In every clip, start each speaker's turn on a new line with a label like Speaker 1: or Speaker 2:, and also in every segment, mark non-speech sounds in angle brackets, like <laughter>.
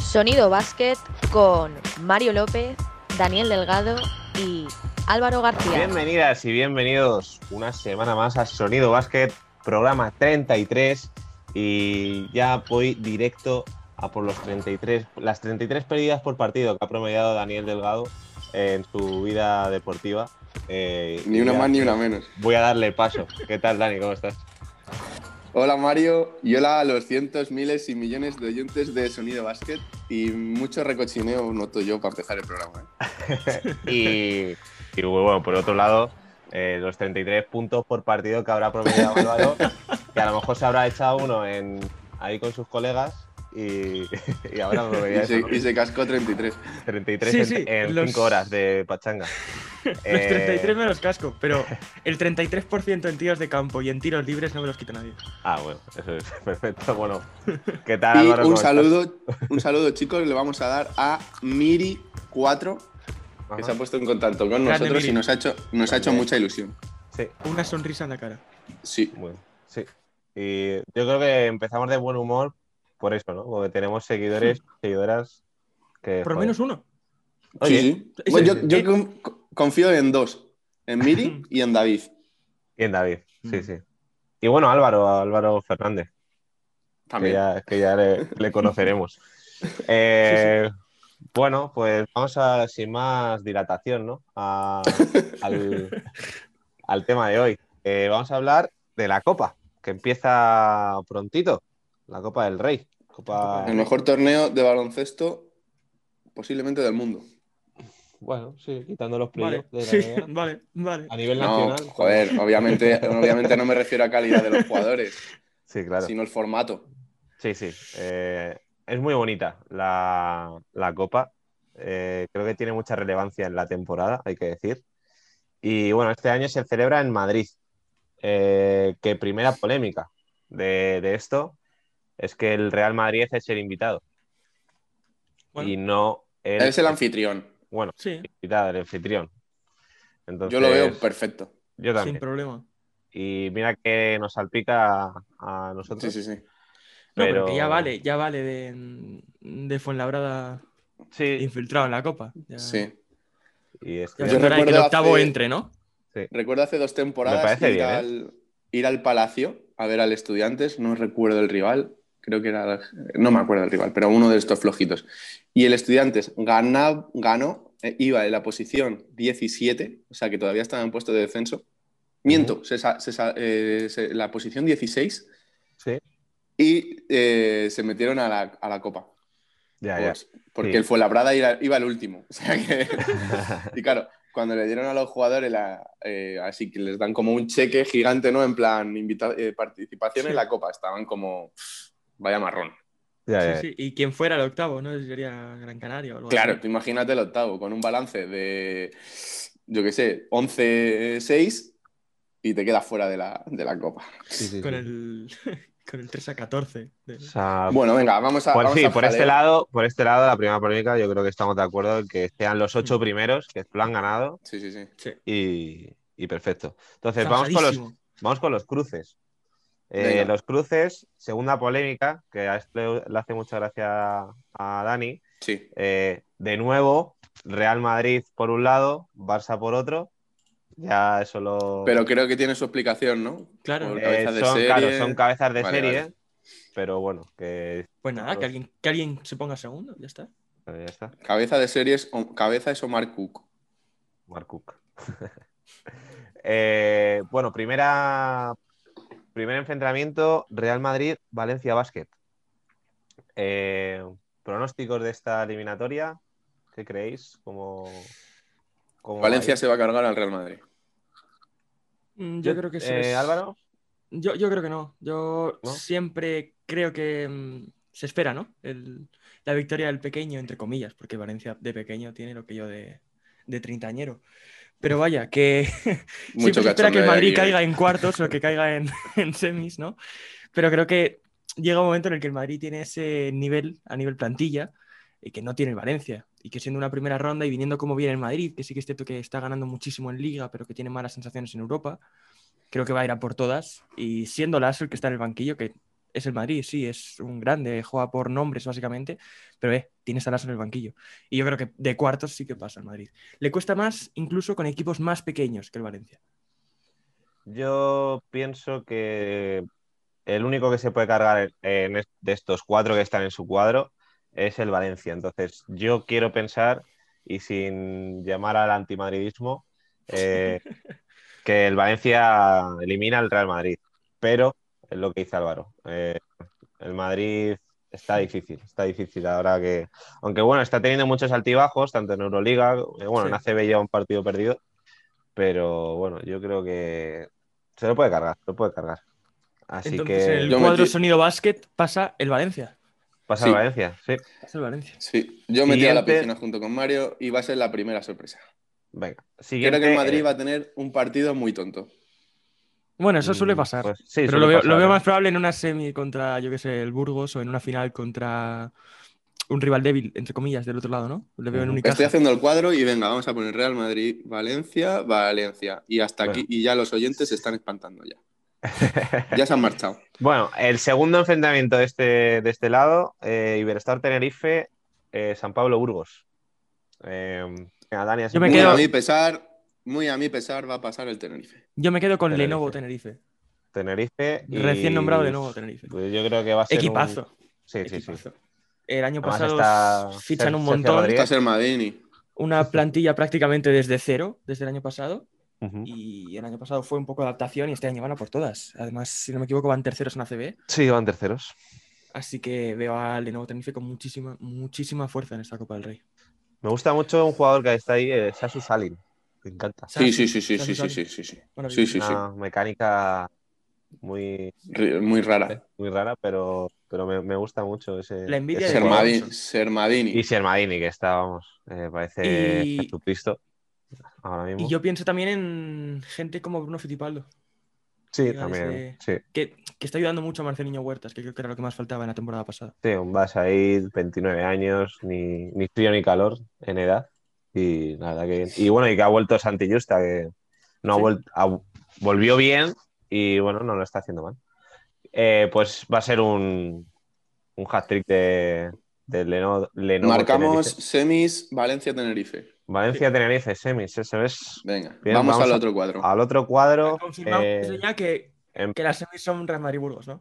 Speaker 1: Sonido Basket con Mario López, Daniel Delgado y Álvaro García.
Speaker 2: Bienvenidas y bienvenidos una semana más a Sonido Basket, programa 33. Y ya voy directo a por los 33, las 33 pérdidas por partido que ha promediado Daniel Delgado en su vida deportiva. Eh,
Speaker 3: ni una más ni una menos.
Speaker 2: Voy a darle paso. ¿Qué tal, Dani? ¿Cómo estás?
Speaker 3: Hola Mario y hola a los cientos, miles y millones de oyentes de Sonido Basket y mucho recochineo noto yo para empezar el programa.
Speaker 4: <laughs>
Speaker 2: ¿eh? y, y, bueno, por otro lado, eh, los 33 puntos por partido que habrá promediado Álvaro, que a lo mejor se habrá echado uno en, ahí con sus colegas y, <laughs> y ahora
Speaker 3: y, Pues eso, se, ¿no? y se, cascó 33.
Speaker 2: 33 sí, sí, en 5 los... horas de pachanga.
Speaker 4: <laughs> los eh... 33 me los casco, <laughs> pero el 33% en tiros de campo y en tiros libres no me los quita nadie.
Speaker 2: Ah, bueno, eso es <laughs> perfecto. Bueno, ¿qué tal?
Speaker 3: Y Álvaro, un saludo, un saludo, chicos, le vamos a dar a Miri4, que se ha puesto en contacto con Grande nosotros Miri. y nos ha hecho, nos ha hecho mucha ilusión.
Speaker 4: Sí. Una sonrisa en la cara.
Speaker 3: Sí.
Speaker 2: Bueno, sí. Y yo creo que empezamos de buen humor por eso, ¿no? Porque tenemos seguidores, seguidoras que.
Speaker 4: Por lo menos uno.
Speaker 3: Oye, sí, sí. Bueno, yo, yo, confío en dos: en <laughs> Miri y en David.
Speaker 2: Y en David, sí, sí. Y bueno, Álvaro, Álvaro Fernández. También. Que ya, que ya le, le, <laughs> conoceremos. Eh, sí, bueno, pues vamos a, sin más dilatación, ¿no? A, <laughs> al, al, tema de hoy. Eh, vamos a hablar de la Copa, que empieza prontito, la Copa del Rey. Copa...
Speaker 3: El mejor torneo de baloncesto posiblemente del mundo.
Speaker 2: Bueno, sí, quitando los
Speaker 4: playoffs. Vale, sí, <laughs> vale, vale.
Speaker 2: A nivel nacional.
Speaker 3: No, joder, pues... <laughs> obviamente, obviamente no me refiero a calidad de los jugadores.
Speaker 2: Sí, claro.
Speaker 3: Sino el formato.
Speaker 2: Sí, sí. Eh, es muy bonita la, la copa. Eh, creo que tiene mucha relevancia en la temporada, hay que decir. Y bueno, este año se celebra en Madrid. Eh, que primera polémica de, de esto, es que el Real Madrid es el invitado. Bueno, y no.
Speaker 3: El... Es el anfitrión.
Speaker 2: Bueno, sí. el invitado, el anfitrión.
Speaker 3: Entonces, yo lo veo perfecto.
Speaker 2: Yo también.
Speaker 4: Sin problema.
Speaker 2: Y mira que nos salpica a, a nosotros.
Speaker 3: Sí, sí, sí.
Speaker 4: No, pero... que ya vale, ya vale de, de Fuenlabrada sí. infiltrado en la copa. Ya...
Speaker 3: Sí.
Speaker 4: Y es que... Yo recuerdo que el octavo hace... entre, ¿no?
Speaker 3: Sí. Recuerdo hace dos temporadas ir, bien, al... ¿eh? ir al Palacio a ver al Estudiantes, no recuerdo el rival, creo que era, no me acuerdo el rival, pero uno de estos flojitos. Y el Estudiantes ganó, ganó eh, iba en la posición 17, o sea que todavía estaba en puesto de descenso. Miento, uh -huh. se, se, eh, se, la posición 16.
Speaker 2: Sí.
Speaker 3: Y eh, se metieron a la, a la Copa.
Speaker 2: Ya, pues,
Speaker 3: ya. Porque sí. el Fuenlabrada iba, iba el último. <laughs> O sea que...
Speaker 4: Pues,
Speaker 2: <laughs>
Speaker 3: y claro, cuando le dieron a los jugadores, la, eh, así que les dan como un cheque gigante, ¿no? En plan, eh, participación sí. en la Copa. Estaban como vaya marrón.
Speaker 4: Ya, sí, ya. Sí. Y quien fuera el octavo, ¿no? Sería Gran Canaria o
Speaker 2: Pues
Speaker 4: algo
Speaker 3: Claro, tú imagínate el octavo con un balance de, yo qué sé, 11-6 y te quedas fuera de la, de la copa.
Speaker 4: Sí, con, El, <laughs> con el 3 a 14. De...
Speaker 2: O sea,
Speaker 3: bueno, venga, vamos a.
Speaker 2: Por,
Speaker 3: vamos
Speaker 2: Ah, sí,
Speaker 3: a
Speaker 2: por, este lado, por este lado, la primera polémica, yo creo que estamos de acuerdo en que sean los
Speaker 4: Mm.
Speaker 2: ocho primeros que lo han ganado.
Speaker 3: Sí, sí, sí.
Speaker 2: Y, y perfecto. Entonces, vamos con, los, vamos con los cruces. Eh, los cruces, segunda polémica, que a esto le hace mucha gracia a Dani.
Speaker 3: Sí.
Speaker 2: Eh, de nuevo, Real Madrid por un lado, Barça por otro. Ya eso lo.
Speaker 3: Pero creo que tiene su explicación, ¿no?
Speaker 4: Claro,
Speaker 2: eh, son, de serie. claro son cabezas de vale, serie. Vale. Pero bueno, que.
Speaker 4: Pues nada, que alguien, que alguien se ponga segundo, ya está.
Speaker 2: Pero ya está.
Speaker 3: Cabeza de serie es, cabeza es Omar Cook.
Speaker 2: Omar Cook. <laughs> Eh, bueno, primera primer enfrentamiento Real Madrid-Valencia Basket. Eh, ¿Pronósticos de esta eliminatoria? ¿Qué creéis? ¿Cómo,
Speaker 3: cómo Valencia vais? se va a cargar al Real Madrid.
Speaker 4: Mm, Yo, yo creo que sí.
Speaker 2: Eh, ¿Álvaro?
Speaker 4: Yo, yo, creo que no. Yo ¿No? siempre creo que mmm, se espera, ¿no? El, la victoria del pequeño, entre comillas, porque Valencia de pequeño tiene lo que yo de, de treintañero. Pero vaya, que <laughs> siempre se pues espera que el Madrid caiga en cuartos o que caiga en, <laughs> en, semis, ¿no? Pero creo que llega un momento en el que el Madrid tiene ese nivel a nivel plantilla y que no tiene el Valencia. Y que siendo una primera ronda y viniendo como viene el Madrid, que sí que es cierto que está ganando muchísimo en Liga, pero que tiene malas sensaciones en Europa, creo que va a ir a por todas. Y siendo Lasso el que está en el banquillo, que es el Madrid, sí, es un grande, juega por nombres básicamente, pero eh, tiene Salas en el banquillo. Y yo creo que de cuartos sí que pasa el Madrid. Le cuesta más incluso con equipos más pequeños que el Valencia.
Speaker 2: Yo pienso que el único que se puede cargar en est de estos cuatro que están en su cuadro es el Valencia. Entonces, yo quiero pensar, y sin llamar al antimadridismo, eh, que el Valencia elimina al el Real Madrid. Pero es lo que dice Álvaro. Eh, el Madrid está difícil, está difícil ahora que. Aunque bueno, está teniendo muchos altibajos, tanto en Euroliga, eh, bueno, sí. en ACB lleva un partido perdido. Pero bueno, yo creo que se lo puede cargar, se lo puede cargar. Así
Speaker 4: Entonces,
Speaker 2: que.
Speaker 4: En el cuadro metí... sonido básquet pasa el Valencia.
Speaker 2: Pasa sí. el Valencia, sí.
Speaker 4: Pasa el Valencia.
Speaker 3: Sí, yo me Siguiente... a la piscina junto con Mario y va a ser la primera sorpresa.
Speaker 2: Venga. eh,
Speaker 3: Siguiente... eh. Creo que el Madrid va a tener un partido muy tonto.
Speaker 4: Bueno,
Speaker 2: Mm,
Speaker 4: eso suele pasar. Pues sí, pero suele lo, veo, pasar, lo
Speaker 2: ¿eh?
Speaker 4: veo ¿no? más probable en una semi contra, yo qué sé, el Burgos o en una final contra un rival débil, entre comillas, del otro lado, ¿no?
Speaker 3: Le veo uh -huh. en única Estoy haciendo el cuadro y venga, vamos a poner Real Madrid, Valencia, Valencia. Y hasta bueno. aquí, y ya los oyentes se están espantando <laughs> ya. ya se han marchado.
Speaker 2: Bueno, el segundo enfrentamiento de este, de este lado, eh, Iberestar Tenerife, eh, San Pablo Burgos. Eh, Dani,
Speaker 3: yo me quedo... muy a mi pesar, muy a mi pesar va a pasar el Tenerife.
Speaker 4: Yo me quedo con Tenerife. Lenovo Tenerife.
Speaker 2: Tenerife y...
Speaker 4: recién nombrado Lenovo Tenerife.
Speaker 2: Pues yo creo que va a ser
Speaker 4: equipazo.
Speaker 2: Un... Sí, equipazo. sí, sí.
Speaker 4: El año Además pasado está... fichan Ser, un montón.
Speaker 3: Está Madini.
Speaker 4: Una plantilla prácticamente desde cero, desde el año pasado. Uh -huh. Y el año pasado fue un poco de adaptación y este año van a por todas. Además, si no me equivoco, van terceros en ACB.
Speaker 2: Sí, van terceros.
Speaker 4: Así que veo a Lenovo Tenerife con muchísima, muchísima fuerza en esta Copa del Rey.
Speaker 2: Me gusta mucho un jugador que está ahí, eh, Sasu Salin. Me encanta.
Speaker 3: Sí, sí, sí, sí, sí, sí, sí, sí, sí. sí, sí
Speaker 2: Una mecánica muy,
Speaker 3: muy rara.
Speaker 2: Muy rara, pero, pero me, me gusta mucho ese.
Speaker 4: La envidia
Speaker 2: ese
Speaker 3: de Sermadini.
Speaker 2: Y Sermadini, que está, vamos, eh, parece
Speaker 4: Y-
Speaker 2: Jesucristo ahora mismo.
Speaker 4: Y yo pienso también en gente como Bruno Fittipaldo.
Speaker 2: Sí, también.
Speaker 4: ese-
Speaker 2: Sí.
Speaker 4: Que, que está ayudando mucho a Marceliño Huertas, que creo que era lo que más faltaba en la temporada pasada.
Speaker 2: Sí, un vas ahí, 29 años, ni, ni frío ni calor en edad. Y nada que. Y bueno, y que ha vuelto Santi Justa, que no ha
Speaker 4: Sí.
Speaker 2: vuelto. ha- volvió bien y bueno, no lo está haciendo mal. Eh, pues va a ser un, un hat trick de, de Leno- Lenovo.
Speaker 3: Marcamos
Speaker 2: Tenerife.
Speaker 3: semis Valencia-Tenerife.
Speaker 2: Valencia Tenerife, semis, ¿eh? eso es.
Speaker 3: Venga,
Speaker 2: Bien,
Speaker 3: vamos,
Speaker 2: vamos
Speaker 3: al
Speaker 2: a-
Speaker 3: otro cuadro.
Speaker 2: Al otro cuadro.
Speaker 4: Confirmamos
Speaker 2: eh,
Speaker 4: ya que,
Speaker 2: em-
Speaker 4: que las semis son Real Madrid Burgos, ¿no?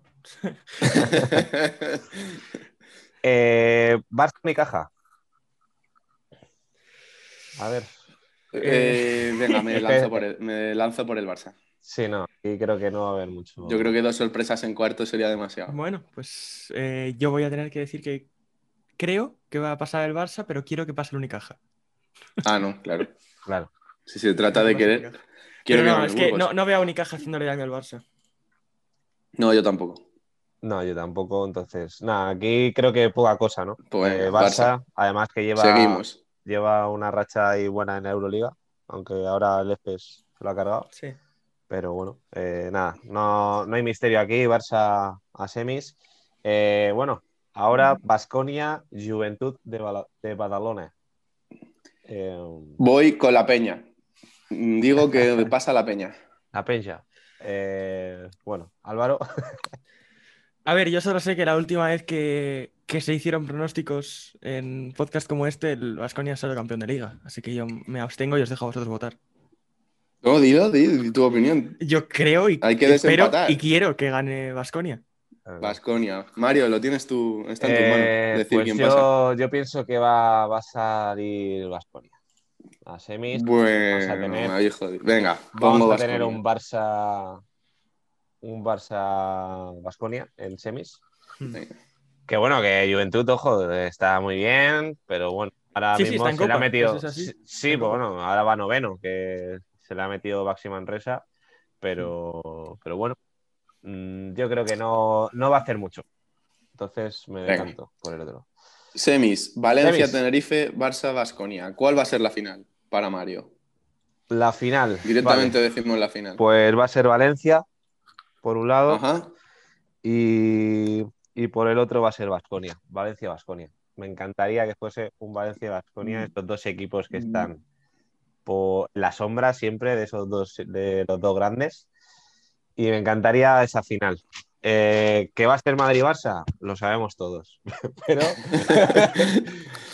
Speaker 2: eh, Barça Unicaja. A ver.
Speaker 3: <laughs> Eh,
Speaker 2: <laughs>
Speaker 3: venga, me lanzo, por el, me lanzo por el Barça.
Speaker 2: Sí, no, aquí creo que no va a haber mucho.
Speaker 3: Yo creo que dos sorpresas en cuarto sería demasiado.
Speaker 4: Bueno, pues eh, yo voy a tener que decir que creo que va a pasar el Barça, pero quiero que pase el Unicaja.
Speaker 3: Ah, no, claro.
Speaker 2: Claro.
Speaker 3: Si se trata de
Speaker 4: Pasa
Speaker 3: querer,
Speaker 4: Unicaja.
Speaker 3: quiero
Speaker 4: Pero
Speaker 3: que
Speaker 4: no,
Speaker 3: gane
Speaker 4: es
Speaker 3: el
Speaker 4: que
Speaker 3: Burgos.
Speaker 4: no, no veo a Unicaja haciéndole daño al Barça.
Speaker 3: No, yo tampoco.
Speaker 2: No, yo tampoco. Entonces, nada, aquí creo que poca cosa, ¿no?
Speaker 3: Pues,
Speaker 2: Eh,
Speaker 3: Barça.
Speaker 2: Barça, además que lleva,
Speaker 3: Seguimos.
Speaker 2: lleva una racha ahí buena en la Euroliga, aunque ahora el EFES lo ha cargado.
Speaker 4: Sí.
Speaker 2: Pero bueno, eh, nada, no, no hay misterio aquí. Barça a semis. Eh, bueno, ahora Basconia, Juventud de, Bala- de Badalona. Eh,
Speaker 3: Voy con la Peña. Digo que pasa la Peña.
Speaker 2: la Penja. Eh, bueno, Álvaro.
Speaker 4: A ver, yo solo sé que la última vez que, que se hicieron pronósticos en podcast como este, el Vasconia salió campeón de liga. Así que yo me abstengo y os dejo a vosotros votar.
Speaker 3: No, dilo, di tu opinión.
Speaker 4: Yo creo y
Speaker 3: Hay que
Speaker 4: espero
Speaker 3: desempatar.
Speaker 4: y quiero que gane Vasconia.
Speaker 3: Vasconia. Mario, lo tienes tú. Está en tu
Speaker 2: Eh,
Speaker 3: mano. Decir
Speaker 2: pues
Speaker 3: quién
Speaker 2: yo,
Speaker 3: pasa.
Speaker 2: yo pienso que va, va a salir Vasconia. A semis vamos a tener-
Speaker 3: Bueno, hijo de- Venga, pongo
Speaker 2: vamos a
Speaker 3: Baskonia.
Speaker 2: tener un Barça un Barça Vasconia en semis.
Speaker 3: Venga.
Speaker 2: Que bueno, que Juventud, ojo, está muy bien, pero bueno, ahora
Speaker 4: Sí, sí,
Speaker 2: mismo
Speaker 4: está en
Speaker 2: se le ha
Speaker 4: Copa,
Speaker 2: metido.
Speaker 4: eso es así,
Speaker 2: sí, sí,
Speaker 4: en
Speaker 2: pues
Speaker 4: Copa.
Speaker 2: bueno, ahora va noveno, que se le ha metido Baxi Manresa, pero, pero bueno, mm, yo creo que no, no va a hacer mucho. Entonces me
Speaker 3: Venga.
Speaker 2: decanto por el otro.
Speaker 3: Semis, Valencia,
Speaker 2: Semis.
Speaker 3: Tenerife, Barça, Vasconia. ¿Cuál va a ser la final para Mario?
Speaker 2: La final.
Speaker 3: Directamente
Speaker 2: vale.
Speaker 3: decimos la final.
Speaker 2: Pues va a ser Valencia, por un lado,
Speaker 3: Ajá.
Speaker 2: y, y por el otro va a ser Vasconia. Valencia Vasconia. Me encantaría que fuese un Valencia
Speaker 4: Mm.
Speaker 2: Vasconia, estos dos equipos que están por la sombra siempre de esos dos, de los dos grandes. Y me encantaría esa final. Eh, ¿Qué va a ser Madrid-Barça? Lo sabemos todos. <laughs>
Speaker 4: <laughs>
Speaker 2: pero,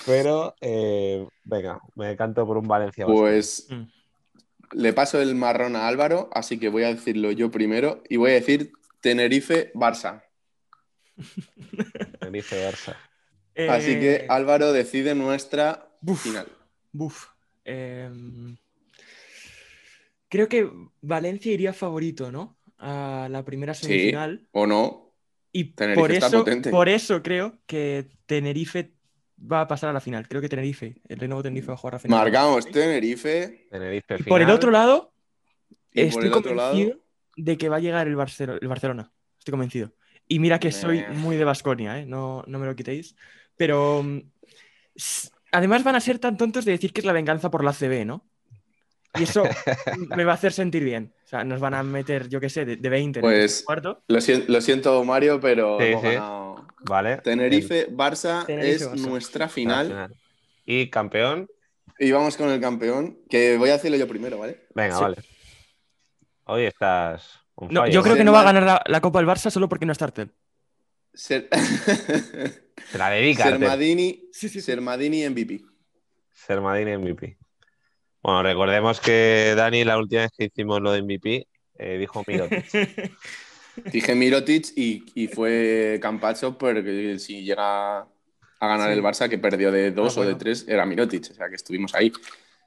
Speaker 2: pero eh, venga, me canto por un Valencia. -Barça.
Speaker 3: Pues le paso el marrón a Álvaro, así que voy a decirlo yo primero y voy a decir Tenerife-Barça.
Speaker 2: Tenerife-Barça.
Speaker 3: Eh... Así que Álvaro decide nuestra buf, final.
Speaker 4: Buf. Em, Creo que Valencia iría favorito, ¿no? a la primera semifinal.
Speaker 3: Sí, o no.
Speaker 4: Y Tenerife por, eso, por eso creo que Tenerife va a pasar a la final. Creo que Tenerife, el nuevo Tenerife va a jugar a la final.
Speaker 3: Marcamos Tenerife.
Speaker 2: Tenerife
Speaker 4: y por el otro lado, estoy el convencido otro lado... de que va a llegar el, Barcel el, Barcelona. Estoy convencido. Y mira que soy muy de Basconia, ¿eh? no, no me lo quitéis. Pero mm, además van a ser tan tontos de decir que es la venganza por la CB, ¿no? Y <laughs> eso me va a hacer sentir bien. O sea, nos van a meter, yo qué sé, de, de 20
Speaker 3: pues,
Speaker 4: en el cuarto.
Speaker 3: Lo, si lo, siento, Mario, pero sí, hemos sí. Ganado.
Speaker 2: Vale.
Speaker 3: Tenerife, Barça Tenerife, es Barça. nuestra final.
Speaker 2: Y campeón.
Speaker 3: Y vamos con el campeón, que voy a decirlo yo primero, ¿vale?
Speaker 2: Venga, sí. vale. Hoy estás. ¿eh?
Speaker 4: Un no, fallo, yo creo que no va a ganar la, la Copa del Barça solo porque no es Tartel.
Speaker 3: <laughs> Ser...
Speaker 2: Se la dedica.
Speaker 3: Sermadini, Sermadini MVP.
Speaker 2: Sermadini MVP. Bueno, recordemos que Dani, la última vez que hicimos lo de MVP, eh, dijo
Speaker 4: <laughs>
Speaker 2: Mirotic.
Speaker 3: Dije Mirotic y, y fue Campacho, porque si llega a ganar sí. el Barça, que perdió de dos ah, o bueno. de tres, era Mirotic. O sea, que estuvimos ahí.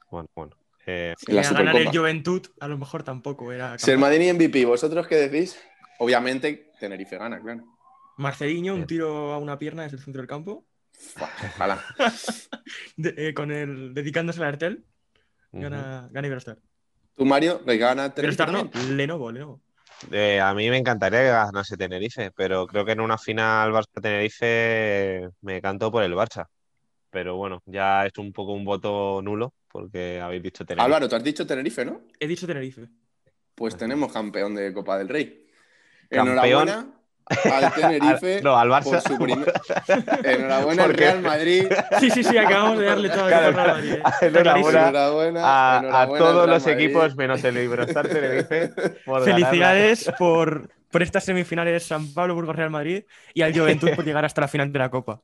Speaker 2: Bueno, bueno. Eh,
Speaker 4: si la ganar el Juventud, a lo mejor tampoco era.
Speaker 3: Sermadini MVP, ¿vosotros qué decís? Obviamente, Tenerife gana, claro.
Speaker 4: Marceliño, un tiro a una pierna desde el centro del campo.
Speaker 3: Ojalá.
Speaker 4: de, eh, con el, dedicándose al Artel. Gana, gana Iberostar.
Speaker 3: ¿Tú, Mario? Que gana
Speaker 4: Tenerife. no, Lenovo, Lenovo.
Speaker 2: Eh, a mí me encantaría que ganase Tenerife, pero creo que en una final Barça-Tenerife me canto por el Barça. Pero bueno, ya es un poco un voto nulo porque habéis dicho Tenerife.
Speaker 3: Álvaro, tú has dicho Tenerife, ¿no?
Speaker 4: He dicho Tenerife.
Speaker 3: Pues tenemos campeón de Copa del Rey. ¿Campeón? Enhorabuena <laughs> al Tenerife.
Speaker 2: no, al Barça.
Speaker 3: Por <laughs> su primer... enhorabuena al Real Madrid.
Speaker 4: Sí, sí, sí, acabamos de darle todo
Speaker 2: claro, claro. Madrid, ¿eh? enhorabuena, enhorabuena, a, enhorabuena a Ah, todos los Madrid. equipos, menos el Iberostar
Speaker 3: <laughs>
Speaker 2: Tenerife.
Speaker 4: Por Felicidades ganar. por, por estas semifinales San Pablo, Burgos, Real Madrid y al Juventud por llegar hasta la final de la Copa.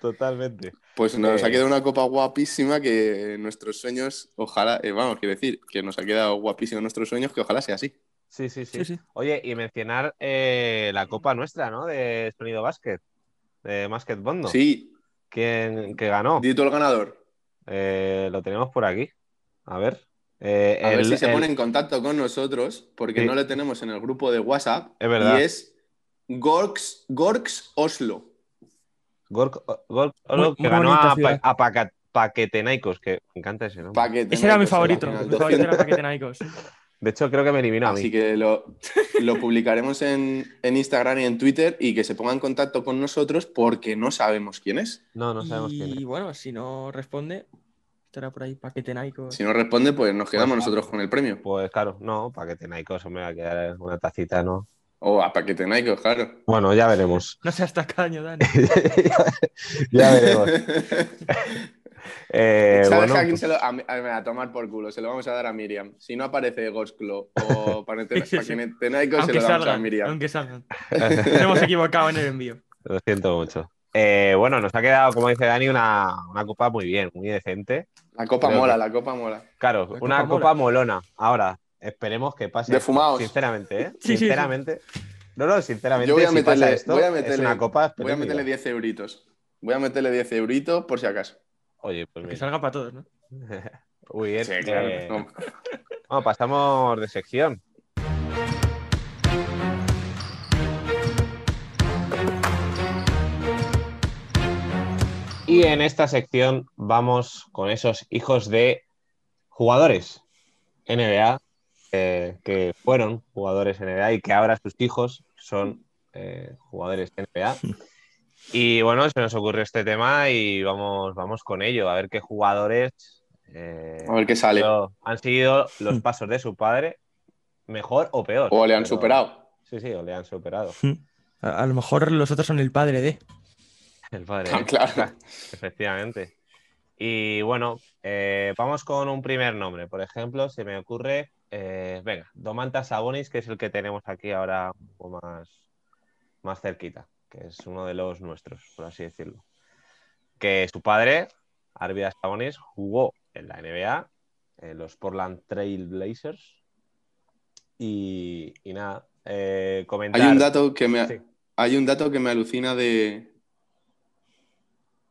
Speaker 2: Totalmente.
Speaker 3: Pues nos eh... ha quedado una copa guapísima que nuestros sueños, ojalá, eh, vamos, quiero decir, que nos ha quedado guapísimo nuestros sueños, que ojalá sea así.
Speaker 2: Sí sí, sí, sí, sí. Oye, y mencionar eh, la copa nuestra, ¿no? De Sonido Basket, de Basket Bondo.
Speaker 3: Sí.
Speaker 2: ¿Quién que ganó?
Speaker 3: Dito el ganador.
Speaker 2: Eh, lo tenemos por aquí. A ver.
Speaker 3: Eh, a el, ver si el... se pone en contacto con nosotros, porque sí. no lo tenemos en el grupo de WhatsApp.
Speaker 2: Es verdad.
Speaker 3: Y es Gorks, Gorks Oslo.
Speaker 2: Gork, Gork Oslo, muy, que muy ganó a, a Paca, Paquetenaicos, que me encanta ese nombre.
Speaker 4: Ese era mi favorito. Mi favorito era Paquetenaicos.
Speaker 2: De hecho, creo que me eliminó a mí.
Speaker 3: Así que lo, lo publicaremos en, en, Instagram y en Twitter y que se ponga en contacto con nosotros porque no sabemos quién es.
Speaker 2: No, no sabemos
Speaker 4: y,
Speaker 2: quién es.
Speaker 4: Y bueno, si no responde, estará por ahí paquetenaicos.
Speaker 3: Si no responde, pues nos quedamos pues, nosotros con el premio.
Speaker 2: Pues claro, no, paquetenaicos, me va a quedar una tacita, ¿no?
Speaker 3: O oh, a paquetenaicos, claro.
Speaker 2: Bueno, ya veremos.
Speaker 4: No seas tacaño, Dani.
Speaker 2: <laughs> ya
Speaker 3: <laughs>
Speaker 2: veremos. pues,
Speaker 3: Eh, ¿Sabes bueno, a quién se lo.? A, a, a, tomar por culo, se lo vamos a dar a Miriam. Si no aparece Gosclo o <laughs> Paquetenaicos, sí, sí, sí. se lo
Speaker 4: salgan,
Speaker 3: damos a Miriam.
Speaker 4: Aunque salgan. Nos hemos equivocado en el envío.
Speaker 2: Lo siento mucho. Eh, bueno, nos ha quedado, como dice Dani, una, una copa muy bien, muy decente.
Speaker 3: La copa Creo mola, que... la copa mola.
Speaker 2: Claro,
Speaker 3: la
Speaker 2: una copa, copa molona. Ahora, esperemos que pase.
Speaker 3: Defumados.
Speaker 2: Sinceramente, ¿eh? sinceramente. No, no, sinceramente, Yo voy a meterle, si pasa esto,
Speaker 3: voy a meterle,
Speaker 2: es una copa.
Speaker 3: Voy a meterle 10 euritos. Voy a meterle 10 euritos por si acaso.
Speaker 2: Oye, pues
Speaker 4: que mira. salga para todos, ¿no?
Speaker 2: Uy, eh, es sí, que... claro. No. bueno, pasamos de sección. Y en esta sección vamos con esos hijos de jugadores NBA eh, que fueron jugadores NBA y que ahora sus hijos son eh, jugadores NBA. Y bueno, se nos ocurrió este tema y vamos, vamos con ello, a ver qué jugadores eh,
Speaker 3: a ver qué sale.
Speaker 2: han seguido los pasos de su padre, mejor o peor.
Speaker 3: Hmm. O le han pero... <laughs> superado.
Speaker 2: Sí, sí, o le han superado. <laughs>
Speaker 4: Hmm. A, a, lo mejor los otros son el padre de.
Speaker 2: El
Speaker 3: <laughs>
Speaker 2: padre de.
Speaker 3: claro.
Speaker 2: Efectivamente. Y bueno, eh, vamos con un primer nombre. Por ejemplo, se me ocurre Eh, venga, Domantas Sabonis, que es el que tenemos aquí ahora un poco más, más cerquita, que es uno de los nuestros, por así decirlo. Que su padre, Arvidas Sabonis, jugó en la NBA, en los Portland Trail Blazers. Y, y nada, eh, comentar.
Speaker 3: Hay un dato que me, sí. hay un dato que me alucina de,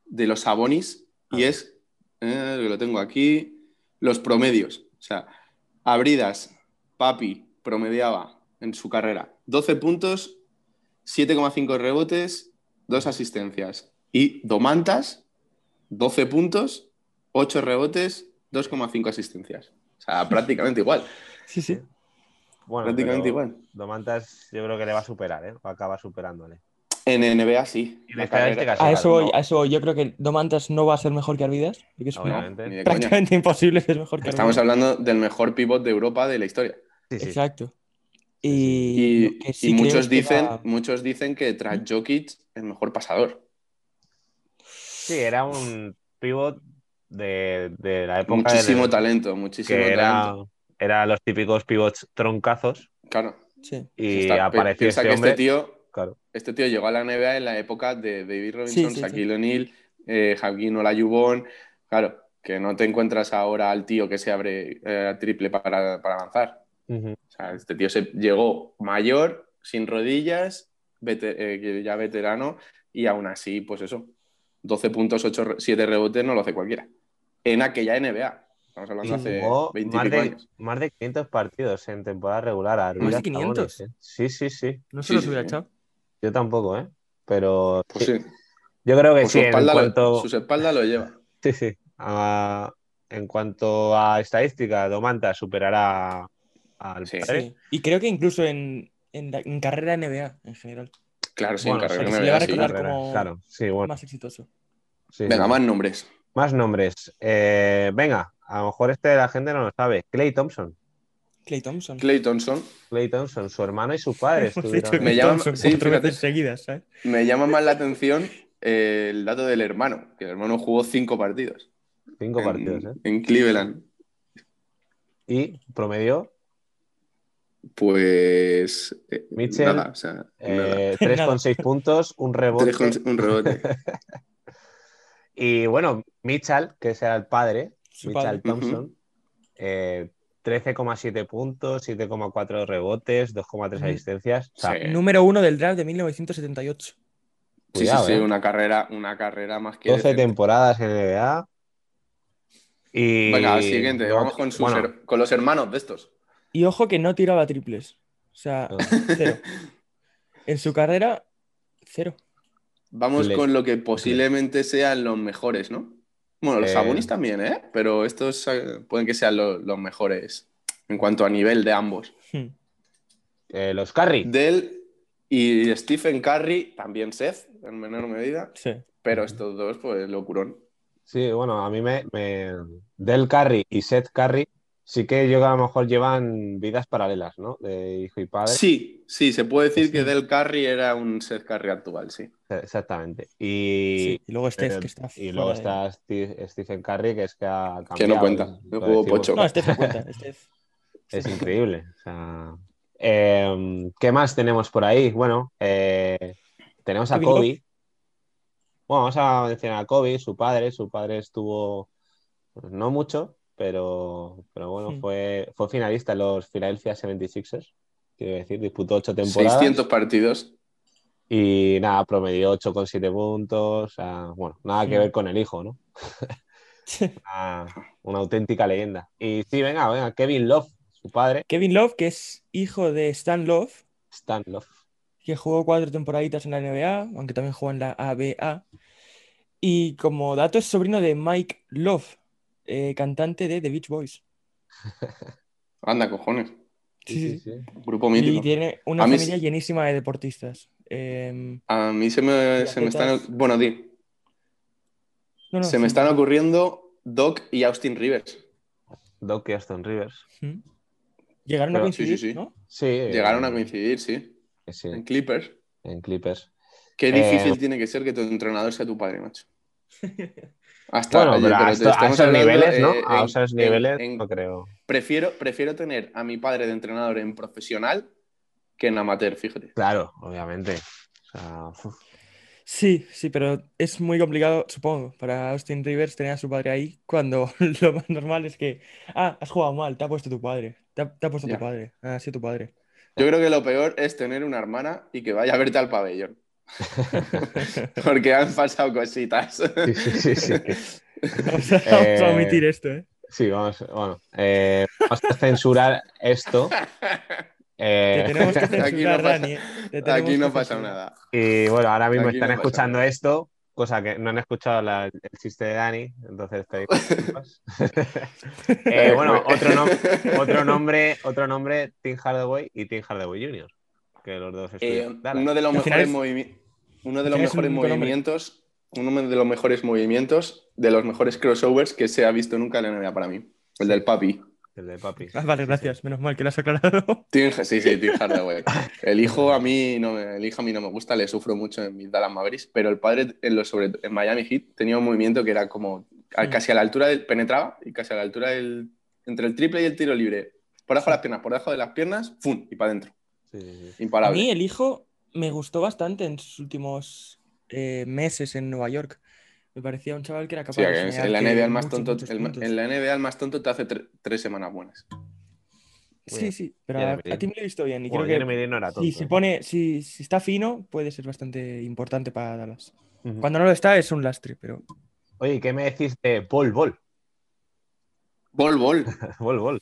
Speaker 3: de los Sabonis ah. y es, eh, lo tengo aquí, los promedios. O sea, Abridas, Papi, promediaba en su carrera 12 puntos, 7,5 rebotes, 2 asistencias. Y Domantas, 12 puntos, 8 rebotes, 2,5 asistencias. O sea, <laughs> prácticamente igual.
Speaker 4: Sí, sí.
Speaker 2: Bueno, prácticamente igual. Domantas yo creo que le va a superar, ¿eh? O acaba superándole.
Speaker 3: En NBA sí.
Speaker 2: En este caso,
Speaker 4: a, eso voy, no. a eso voy. Yo creo que Domantas no va a ser mejor que Arvidas. Porque es Obviamente. prácticamente coña. imposible que es mejor que
Speaker 3: Estamos Arvidas. hablando del mejor pivot de Europa de la historia.
Speaker 4: Sí, sí. Exacto.
Speaker 3: Y, y, sí y muchos, dicen, era... muchos dicen que tras Jokic el mejor pasador.
Speaker 2: Sí, era un pivot de, de la época.
Speaker 3: Muchísimo de la... talento, muchísimo
Speaker 2: que era,
Speaker 3: talento.
Speaker 2: Era, los típicos pivots troncazos.
Speaker 3: Claro.
Speaker 4: Sí.
Speaker 2: Y apareció este,
Speaker 3: que
Speaker 2: hombre...
Speaker 3: este tío
Speaker 2: Claro.
Speaker 3: Este tío llegó a la NBA en la época de David Robinson, sí, sí, Shaquille sí. O'Neal, eh, Joaquín Olajuwon. Claro, que no te encuentras ahora al tío que se abre eh, triple para, para avanzar. Uh -huh. O sea, este tío se llegó mayor, sin rodillas, veter eh, ya veterano, y aún así, pues eso, 12 puntos, 8, 7 rebotes no lo hace cualquiera. En aquella NBA. Estamos hablando hace 20
Speaker 2: más, de,
Speaker 3: años.
Speaker 2: más de 500 partidos en temporada regular. A
Speaker 4: más de 500. Sabones,
Speaker 2: sí, sí, sí.
Speaker 4: No se los hubiera echado.
Speaker 2: Yo tampoco, ¿eh? Pero.
Speaker 3: Pues sí. Sí.
Speaker 2: Yo creo que pues
Speaker 3: sí.
Speaker 2: en cuanto...
Speaker 3: Lo, sus espaldas lo lleva.
Speaker 2: Sí, sí. A... en cuanto a estadística, Domanta superará al
Speaker 4: sí, padre. Y creo que incluso en, en, la, en, carrera NBA en general.
Speaker 3: Claro, Pues sí, bueno, en carrera
Speaker 4: o sea,
Speaker 3: NBA.
Speaker 4: Se le va a como
Speaker 2: claro, bueno.
Speaker 4: más exitoso.
Speaker 3: venga, más nombres.
Speaker 2: Más nombres. Eh, venga, a lo mejor este de la gente no lo sabe. Clay Thompson.
Speaker 4: Clay Thompson. <laughs>
Speaker 3: Clay Thompson.
Speaker 2: Clay Thompson, su hermano y su
Speaker 3: <laughs>
Speaker 2: padre estuvieron.
Speaker 3: Me llama, sí,
Speaker 4: fíjate, seguidas, ¿eh?
Speaker 3: me llama más la atención eh, el dato del hermano, que el hermano jugó cinco partidos.
Speaker 2: Cinco en, partidos, ¿eh?
Speaker 3: En Cleveland.
Speaker 2: ¿Y promedio?
Speaker 3: Pues.
Speaker 2: Eh, Mitchell. eh, Nada, o sea,
Speaker 3: <laughs>
Speaker 2: 3,6 puntos, un rebote.
Speaker 3: 3, un <laughs> rebote.
Speaker 2: y bueno, Mitchell, que será el padre, su Mitchell padre. Thompson, uh -huh. 13,7 puntos, 7,4 rebotes, 2,3 asistencias. O sea,
Speaker 4: sí. Número uno del draft de 1978.
Speaker 3: Cuidado, sí, sí, sí, eh. una carrera, una carrera más que.
Speaker 2: 12 decente. temporadas en NBA. Y...
Speaker 3: Venga, siguiente, no, vamos con, sus bueno. her... con los hermanos de estos.
Speaker 4: Y ojo que no tiraba triples. O sea, no. cero. en su carrera, cero.
Speaker 3: Vamos Le... con lo que posiblemente sean los mejores, ¿no? Bueno, los eh... Sabonis también, ¿eh? Pero estos eh, pueden que sean lo, los mejores en cuanto a nivel de ambos. Hmm.
Speaker 2: Eh, los Curry.
Speaker 3: Del y Stephen Curry, también Seth, en menor medida.
Speaker 4: Sí.
Speaker 3: Pero estos dos, pues, locurón.
Speaker 2: Sí, bueno, a mí me, me... Del Curry y Seth Curry sí que yo que a lo mejor llevan vidas paralelas, ¿no? De hijo y padre.
Speaker 3: Sí, sí, se puede decir sí. que Del Curry era un Seth Curry actual, sí.
Speaker 2: e- Exactamente. Y,
Speaker 4: sí, y luego Steph, que está
Speaker 2: Y luego está de... Stephen Curry, que es que ha cambiado.
Speaker 3: Que no cuenta, no jugó pocho.
Speaker 4: No, Steph no cuenta, Steph.
Speaker 2: Es increíble. O sea... eh, ¿Qué más tenemos por ahí? Bueno, eh, tenemos a Kobe. Bueno, vamos a mencionar a Kobe, su padre. Su padre estuvo pues, no mucho, pero, pero bueno, sí. fue, fue finalista en los Philadelphia 76ers, quiero decir, disputó ocho temporadas.
Speaker 3: 600 partidos.
Speaker 2: Y nada, promedió 8 con 7 puntos. O sea, bueno, nada sí. que ver con el hijo, ¿no? una, una, auténtica leyenda. Y sí, venga, venga, Kevin Love, su padre.
Speaker 4: <laughs> Kevin Love, que es hijo de Stan Love.
Speaker 2: Stan Love.
Speaker 4: Que jugó cuatro temporaditas en la NBA, aunque también jugó en la ABA. Y como dato es sobrino de Mike Love, eh, cantante de The Beach Boys.
Speaker 3: Anda, cojones.
Speaker 4: Sí, sí, sí.
Speaker 3: Grupo mítico.
Speaker 4: Y tiene una a familia mí... llenísima de deportistas. Eh...
Speaker 3: a mí se me, se me están. Bueno, di. No, no, se me están ocurriendo Doc y Austin Rivers.
Speaker 2: Doc y Austin Rivers.
Speaker 4: ¿Mm? Llegaron Pero, a
Speaker 2: <laughs>
Speaker 4: coincidir, ¿no?
Speaker 2: Sí. eh,
Speaker 3: Llegaron a coincidir, sí. En Clippers.
Speaker 2: En Clippers.
Speaker 3: Qué difícil eh... tiene que ser que tu entrenador sea tu padre, macho. Hasta,
Speaker 2: bueno, pero,
Speaker 3: pero
Speaker 2: a,
Speaker 3: te
Speaker 2: esto- a
Speaker 3: estamos
Speaker 2: esos
Speaker 3: hablando,
Speaker 2: niveles,
Speaker 3: eh,
Speaker 2: ¿no?
Speaker 3: en-
Speaker 2: a esos
Speaker 3: en-
Speaker 2: niveles,
Speaker 3: en-
Speaker 2: no creo.
Speaker 3: Prefiero, prefiero tener a mi padre de entrenador en profesional que en amateur, fíjate.
Speaker 2: Claro, obviamente. O sea, uf.
Speaker 4: Sí, sí, pero es muy complicado, supongo, para Austin Rivers tener a su padre ahí cuando <laughs> lo más normal es que, ah, has jugado mal, te ha puesto tu padre, te ha, te ha puesto tu
Speaker 3: Ya.
Speaker 4: padre, ha sido
Speaker 3: <laughs>
Speaker 4: tu padre. <laughs>
Speaker 3: Yo creo que lo peor es tener una hermana y que vaya a verte
Speaker 2: <laughs>
Speaker 3: al pabellón. <laughs> Porque han pasado cositas.
Speaker 2: <laughs> Sí, sí, sí, sí.
Speaker 4: Vamos a, vamos a
Speaker 2: Eh,
Speaker 4: omitir esto, ¿eh?
Speaker 2: <laughs> Sí, vamos, bueno, eh, vamos a censurar
Speaker 3: <laughs>
Speaker 2: esto.
Speaker 4: Te
Speaker 2: eh,
Speaker 4: tenemos que
Speaker 3: Aquí no
Speaker 4: censurar,
Speaker 3: pasa-
Speaker 4: Dani, ¿eh? Te tenemos
Speaker 3: Aquí
Speaker 4: que
Speaker 3: no pasa
Speaker 4: censurar.
Speaker 3: nada.
Speaker 2: y bueno, ahora mismo
Speaker 3: Aquí
Speaker 2: están
Speaker 3: no pasa
Speaker 2: escuchando
Speaker 3: nada.
Speaker 2: esto, cosa que no han escuchado la- el chiste de Dani, entonces pedimos
Speaker 4: <laughs>
Speaker 2: disculpas. Eh, bueno,
Speaker 4: Pues-
Speaker 2: otro, nom- otro nombre, otro nombre, Tim Hardaway y Tim Hardaway Jr., que los dos
Speaker 3: Eh,
Speaker 2: estudian Dallas.
Speaker 3: uno de los
Speaker 4: Al final
Speaker 3: mejores,
Speaker 4: es-
Speaker 3: movimi- uno de los
Speaker 4: al final es un
Speaker 3: mejores
Speaker 4: único nombre.
Speaker 3: movimientos, uno de los mejores movimientos, de los mejores crossovers que se ha visto nunca en la NBA para mí. El del papi.
Speaker 2: El de papi.
Speaker 4: Ah, vale, gracias, menos mal que lo has aclarado.
Speaker 3: Tim- sí, sí,
Speaker 4: <laughs>
Speaker 3: Tim Hardaway. El hijo a mí no me, el hijo a mí no me gusta, le sufro mucho en mis Dallas Mavericks, pero el padre en los sobre en Miami Heat tenía un movimiento que era como a-
Speaker 4: Mm.
Speaker 3: casi a la altura del penetraba y casi a la altura del entre el triple y el tiro libre. Por debajo de las piernas, por debajo de las piernas, ¡fum! y para adentro.
Speaker 2: Sí, sí, sí.
Speaker 4: A
Speaker 3: Imparable.
Speaker 4: mí el hijo me gustó bastante en sus últimos eh, meses en Nueva York. Me parecía un chaval que era capaz
Speaker 3: Sí,
Speaker 4: de
Speaker 3: que en la
Speaker 4: generarte
Speaker 3: NBA el más
Speaker 4: muchos,
Speaker 3: tonto,
Speaker 4: muchos
Speaker 3: el ma-
Speaker 4: puntos.
Speaker 3: en la NBA el más tonto te hace tre- tres semanas buenas.
Speaker 4: Sí, sí, pero
Speaker 2: Ya
Speaker 4: a,
Speaker 2: lo veré.
Speaker 4: a Tim lo he visto bien y
Speaker 2: Bueno,
Speaker 4: creo que
Speaker 2: Jeremy Lin no era
Speaker 4: si
Speaker 2: tonto,
Speaker 4: se
Speaker 2: ¿eh?
Speaker 4: pone, si, si está fino, puede ser bastante importante para Dallas.
Speaker 2: Ujú.
Speaker 4: Cuando no lo está, es un lastre, pero
Speaker 2: Oye, ¿qué me decís de Bol Bol? <laughs>
Speaker 3: Bol, bol.
Speaker 2: Bol Bol.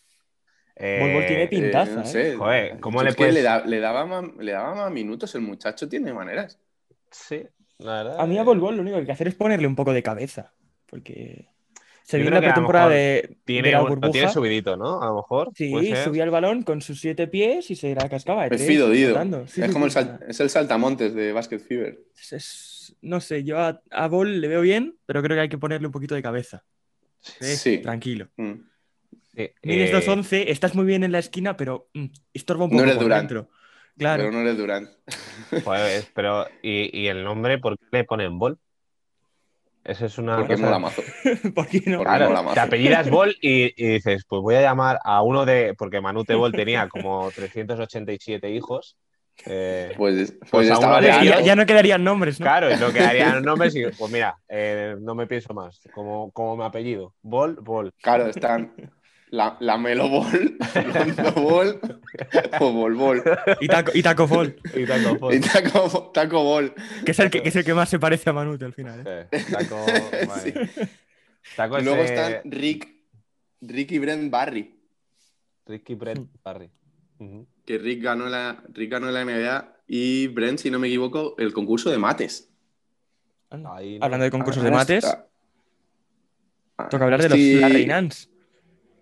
Speaker 2: Eh,
Speaker 4: Bol Bol tiene
Speaker 3: Eh,
Speaker 4: <laughs> pintaza,
Speaker 3: no
Speaker 4: ¿eh?
Speaker 3: sé.
Speaker 2: Joder, ¿cómo
Speaker 3: Es
Speaker 2: le
Speaker 3: que
Speaker 2: puedes-
Speaker 3: le, da- le daba más, le daba más minutos, el muchacho tiene maneras.
Speaker 2: Sí, la verdad.
Speaker 4: a mí a Bol Bol lo único que hay que hacer es ponerle un poco de cabeza, porque se
Speaker 2: Yo creo
Speaker 4: vio en la
Speaker 2: que a lo
Speaker 4: pretemporada
Speaker 2: mejor
Speaker 4: de,
Speaker 2: Tiene,
Speaker 4: de la
Speaker 2: un- lo tiene
Speaker 4: burbuja.
Speaker 2: subidito, ¿no? A lo mejor. puede
Speaker 4: Sí,
Speaker 2: ser.
Speaker 4: subía el balón con sus siete pies y se la cascaba de
Speaker 3: Es
Speaker 4: tres,
Speaker 3: Fido Dido.
Speaker 4: rotando. Sí,
Speaker 3: es
Speaker 4: sí,
Speaker 3: como
Speaker 4: sí,
Speaker 3: el, sal- es el saltamontes de Basket Fever.
Speaker 4: es- es- no sé, yo a, a Bol le veo bien, pero creo que hay que ponerle un poquito de cabeza. ¿eh?
Speaker 3: Sí.
Speaker 4: Tranquilo.
Speaker 3: Mm.
Speaker 2: Sí,
Speaker 4: Mides
Speaker 2: eh,
Speaker 4: 2'11, estás muy bien en la esquina, pero mm, estorba un
Speaker 3: No
Speaker 4: poco
Speaker 3: eres
Speaker 4: por
Speaker 3: Durant.
Speaker 4: dentro. Claro.
Speaker 3: Pero no eres Durant.
Speaker 2: Ah, joder, es- Pues, pero, ¿y, y el nombre por qué le ponen Bol? Esa es una
Speaker 3: Porque
Speaker 2: cosa-
Speaker 3: mola mazo.
Speaker 4: <laughs> ¿Por qué no?
Speaker 3: Por-
Speaker 2: Claro,
Speaker 3: mola mazo.
Speaker 2: te apellidas Bol y, y dices, pues voy a llamar a uno de. Porque Manute Bol tenía como 387 hijos. eh, <laughs>
Speaker 3: Pues, pues,
Speaker 2: Pues a
Speaker 3: estaba
Speaker 2: uno
Speaker 4: Vale,
Speaker 2: de
Speaker 3: de
Speaker 4: ya,
Speaker 2: ellos-
Speaker 4: ya no quedarían nombres, ¿no?
Speaker 2: Claro, y lo que harían nombres y pues mira, eh, no me pienso más, como, como mi apellido, Bol, Bol.
Speaker 3: Claro, están la, la Melo <laughs> Ball, Rondo Ball o Bol Bol.
Speaker 4: Y Taco, y Taco Fall,
Speaker 2: Y
Speaker 3: <laughs>
Speaker 2: taco,
Speaker 3: Y
Speaker 2: Bol.
Speaker 3: Taco, Taco Ball.
Speaker 4: que es, el que, que es el que más se parece a Manute al final. ¿eh?
Speaker 2: Sí,
Speaker 3: <laughs>
Speaker 2: taco,
Speaker 3: Sí.
Speaker 2: vale. Taco es,
Speaker 3: Luego
Speaker 2: eh,
Speaker 3: están Rick, Rick y Brent Barry.
Speaker 2: Ricky Brett Barry. Ujú.
Speaker 3: que Rick ganó la, Rick ganó la NBA y Brent, si no me equivoco, el concurso de mates.
Speaker 4: Anda.
Speaker 2: Ahí Ah, no-
Speaker 4: Hablando de concursos de
Speaker 3: Ahora
Speaker 4: mates,
Speaker 3: Ah, está- Ah,
Speaker 4: toca hablar de los
Speaker 3: sí.
Speaker 4: la Reinans.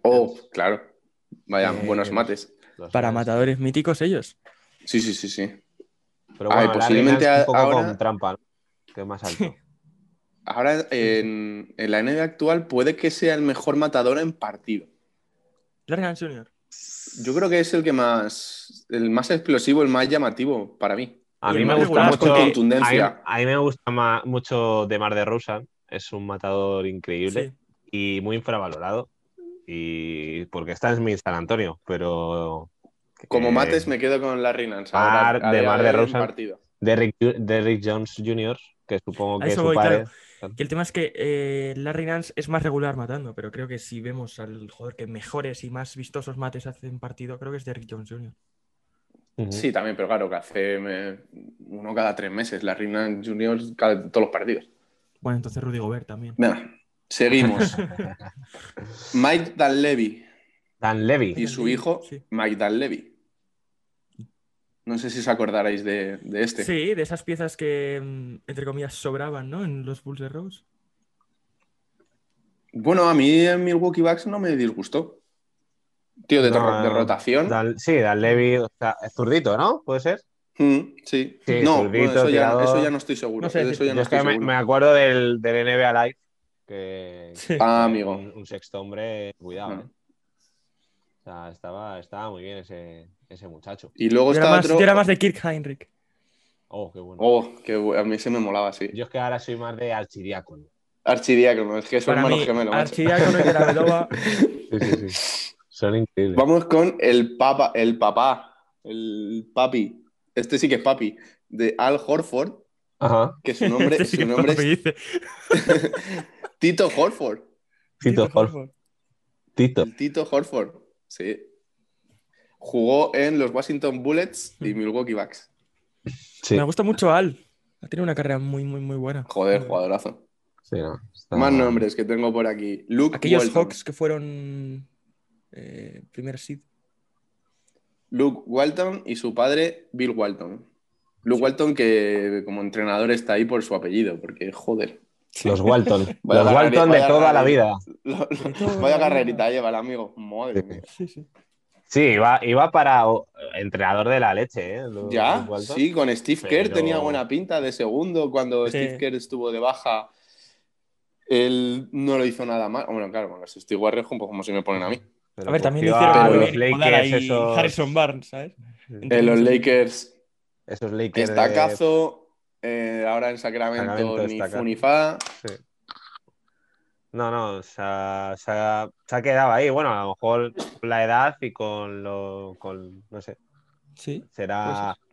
Speaker 3: Oh, claro. Vaya,
Speaker 2: Eh,
Speaker 3: buenos mates.
Speaker 2: los
Speaker 4: Para
Speaker 2: tres.
Speaker 4: matadores míticos ellos.
Speaker 3: Sí, sí, sí, sí.
Speaker 2: Pero
Speaker 3: Ah,
Speaker 2: bueno,
Speaker 3: y
Speaker 2: la
Speaker 3: posiblemente
Speaker 2: Reina es un poco
Speaker 3: ahora-
Speaker 2: con trampa, ¿no? que es más alto.
Speaker 3: Ahora en, en la NBA actual puede que sea el mejor matador en partido.
Speaker 4: La Reinans Jr.
Speaker 3: Yo creo que es el que más, el más explosivo, el más llamativo para mí.
Speaker 2: A
Speaker 4: Y
Speaker 2: mí
Speaker 4: el
Speaker 2: me
Speaker 4: más
Speaker 2: gusta
Speaker 4: regular,
Speaker 2: mucho.
Speaker 4: porque-
Speaker 3: Con contundencia.
Speaker 2: a mí- A mí me gusta ma- mucho Demar de Rosa, es un matador increíble.
Speaker 4: Sí.
Speaker 2: y muy infravalorado. Y porque está en mi San Antonio, pero.
Speaker 3: Como
Speaker 2: eh,
Speaker 3: mates me quedo con Larry Nance. ahora,
Speaker 2: Mar-
Speaker 3: a
Speaker 2: de
Speaker 3: día
Speaker 2: Mar de
Speaker 3: hoy en
Speaker 2: Rosa.
Speaker 3: partido.
Speaker 2: Derrick, Derrick Jones Jr., que supongo
Speaker 4: A
Speaker 2: que
Speaker 4: eso
Speaker 2: su
Speaker 4: voy,
Speaker 2: padre.
Speaker 4: Que el tema es que eh, Larry Nance es más regular matando, pero creo que si vemos al jugador que mejores y más vistosos mates hace en partido, creo que es Derrick Jones Jr.
Speaker 2: Ujú.
Speaker 3: Sí, también, pero claro, que hace eh, uno cada tres meses. Larry Nance Jr. cada- todos los partidos.
Speaker 4: Bueno, entonces Rudy Gobert también.
Speaker 3: Venga,
Speaker 4: <laughs>
Speaker 3: seguimos. Mike Dunleavy
Speaker 2: Dan Levy.
Speaker 3: y su hijo,
Speaker 4: Sí.
Speaker 3: Mike Dunleavy. No sé si os acordaréis de, de este.
Speaker 4: Sí, de esas piezas que, mm, entre comillas, sobraban, ¿no? En los Bulls de Rose.
Speaker 3: Bueno, a mí en Milwaukee Bucks no me disgustó. Tío, de,
Speaker 2: No,
Speaker 3: torro- de rotación.
Speaker 2: Dan- sí, Dan Levy, o sea, es zurdito, ¿no? ¿Puede ser?
Speaker 3: Mm, sí.
Speaker 2: Sí,
Speaker 3: no,
Speaker 2: zurdito,
Speaker 3: bueno, eso, ya,
Speaker 2: tirador.
Speaker 3: eso ya no estoy seguro.
Speaker 4: No sé
Speaker 3: de eso
Speaker 4: decir.
Speaker 3: ya no
Speaker 2: Yo es
Speaker 3: estoy
Speaker 2: que me,
Speaker 3: seguro.
Speaker 2: me acuerdo del, del NBA Live, que.
Speaker 4: Sí.
Speaker 3: Ah, amigo.
Speaker 2: Un, un sexto hombre, cuidado,
Speaker 3: Ah.
Speaker 2: ¿eh? O sea, estaba, estaba muy bien ese, ese muchacho.
Speaker 3: Y luego
Speaker 4: Yo era,
Speaker 3: está
Speaker 4: más,
Speaker 3: otro.
Speaker 4: yo era más de Kirk Heinrich.
Speaker 2: Oh, qué bueno.
Speaker 3: Oh, que bu- a mí se me molaba, sí.
Speaker 2: Yo es que ahora soy más de archidiácono.
Speaker 3: Archidiácono, es que son
Speaker 4: Para
Speaker 3: hermanos
Speaker 4: mí,
Speaker 3: gemelos. macho.
Speaker 4: Archidiácono
Speaker 3: <laughs>
Speaker 4: y Gravelova.
Speaker 2: Sí, sí, sí. <laughs> Son increíbles.
Speaker 3: Vamos con el papa, el papá, el papi. Este sí que es papi, de Al Horford,
Speaker 2: Ajá.
Speaker 3: que su nombre,
Speaker 4: <laughs> Este sí que
Speaker 3: su nombre
Speaker 4: papi
Speaker 3: es
Speaker 4: dice.
Speaker 3: Tito Horford.
Speaker 2: Tito,
Speaker 4: por
Speaker 2: Horford.
Speaker 4: favor.
Speaker 2: Tito.
Speaker 3: El Tito Horford, sí. Jugó en los Washington Bullets
Speaker 4: Hmm.
Speaker 3: y Milwaukee Bucks.
Speaker 2: Sí,
Speaker 4: Me gusta mucho Al. Ha tenido una carrera muy, muy, muy buena. Eh,
Speaker 3: Joder, jugadorazo.
Speaker 2: sí, no, está-
Speaker 3: Más nombres que tengo por aquí. Luke
Speaker 4: Aquellos
Speaker 3: Walton.
Speaker 4: Hawks que fueron eh, primer seed.
Speaker 3: Luke Walton y su padre Bill Walton. Luke Walton que como entrenador está ahí por su apellido, porque joder.
Speaker 2: Los Walton.
Speaker 3: <laughs> Vaya
Speaker 2: los
Speaker 3: rari-
Speaker 2: Walton
Speaker 3: vaya
Speaker 2: de toda la
Speaker 3: rari-
Speaker 2: vida.
Speaker 3: Lo- lo-
Speaker 4: todo,
Speaker 3: vaya
Speaker 4: ¿no?
Speaker 3: carrerita eh. lleva el amigo. Madre
Speaker 2: Sí,
Speaker 3: mía.
Speaker 4: Sí, sí.
Speaker 2: Sí, iba, iba para o- entrenador de la leche, ¿eh? Los-
Speaker 3: Ya,
Speaker 2: los Walton.
Speaker 3: sí, con Steve Kerr
Speaker 2: Pero-
Speaker 3: tenía buena pinta de segundo. Cuando
Speaker 4: Sí.
Speaker 3: Steve Kerr estuvo de baja, él no lo hizo nada mal. Bueno, claro, bueno, si estoy guarrejo, pues como si me ponen a mí.
Speaker 2: Pero
Speaker 4: A ver, también
Speaker 2: cogió
Speaker 4: hicieron
Speaker 2: a
Speaker 4: muy
Speaker 2: los
Speaker 4: bien igualar
Speaker 2: Lakers,
Speaker 4: ahí
Speaker 2: esos,
Speaker 4: Harrison Barnes, ¿sabes?
Speaker 3: En Eh, los Lakers,
Speaker 2: esos Lakers. de-
Speaker 3: estacazo. eh, ahora en Sacramento,
Speaker 2: Sacramento, Eh.
Speaker 3: ni
Speaker 2: estacazo.
Speaker 3: fu ni fa.
Speaker 2: No, no, se ha, se ha- se ha quedado ahí. Bueno, a lo mejor con la edad y con lo. Con, no sé,
Speaker 4: Sí.
Speaker 2: será.
Speaker 4: Pues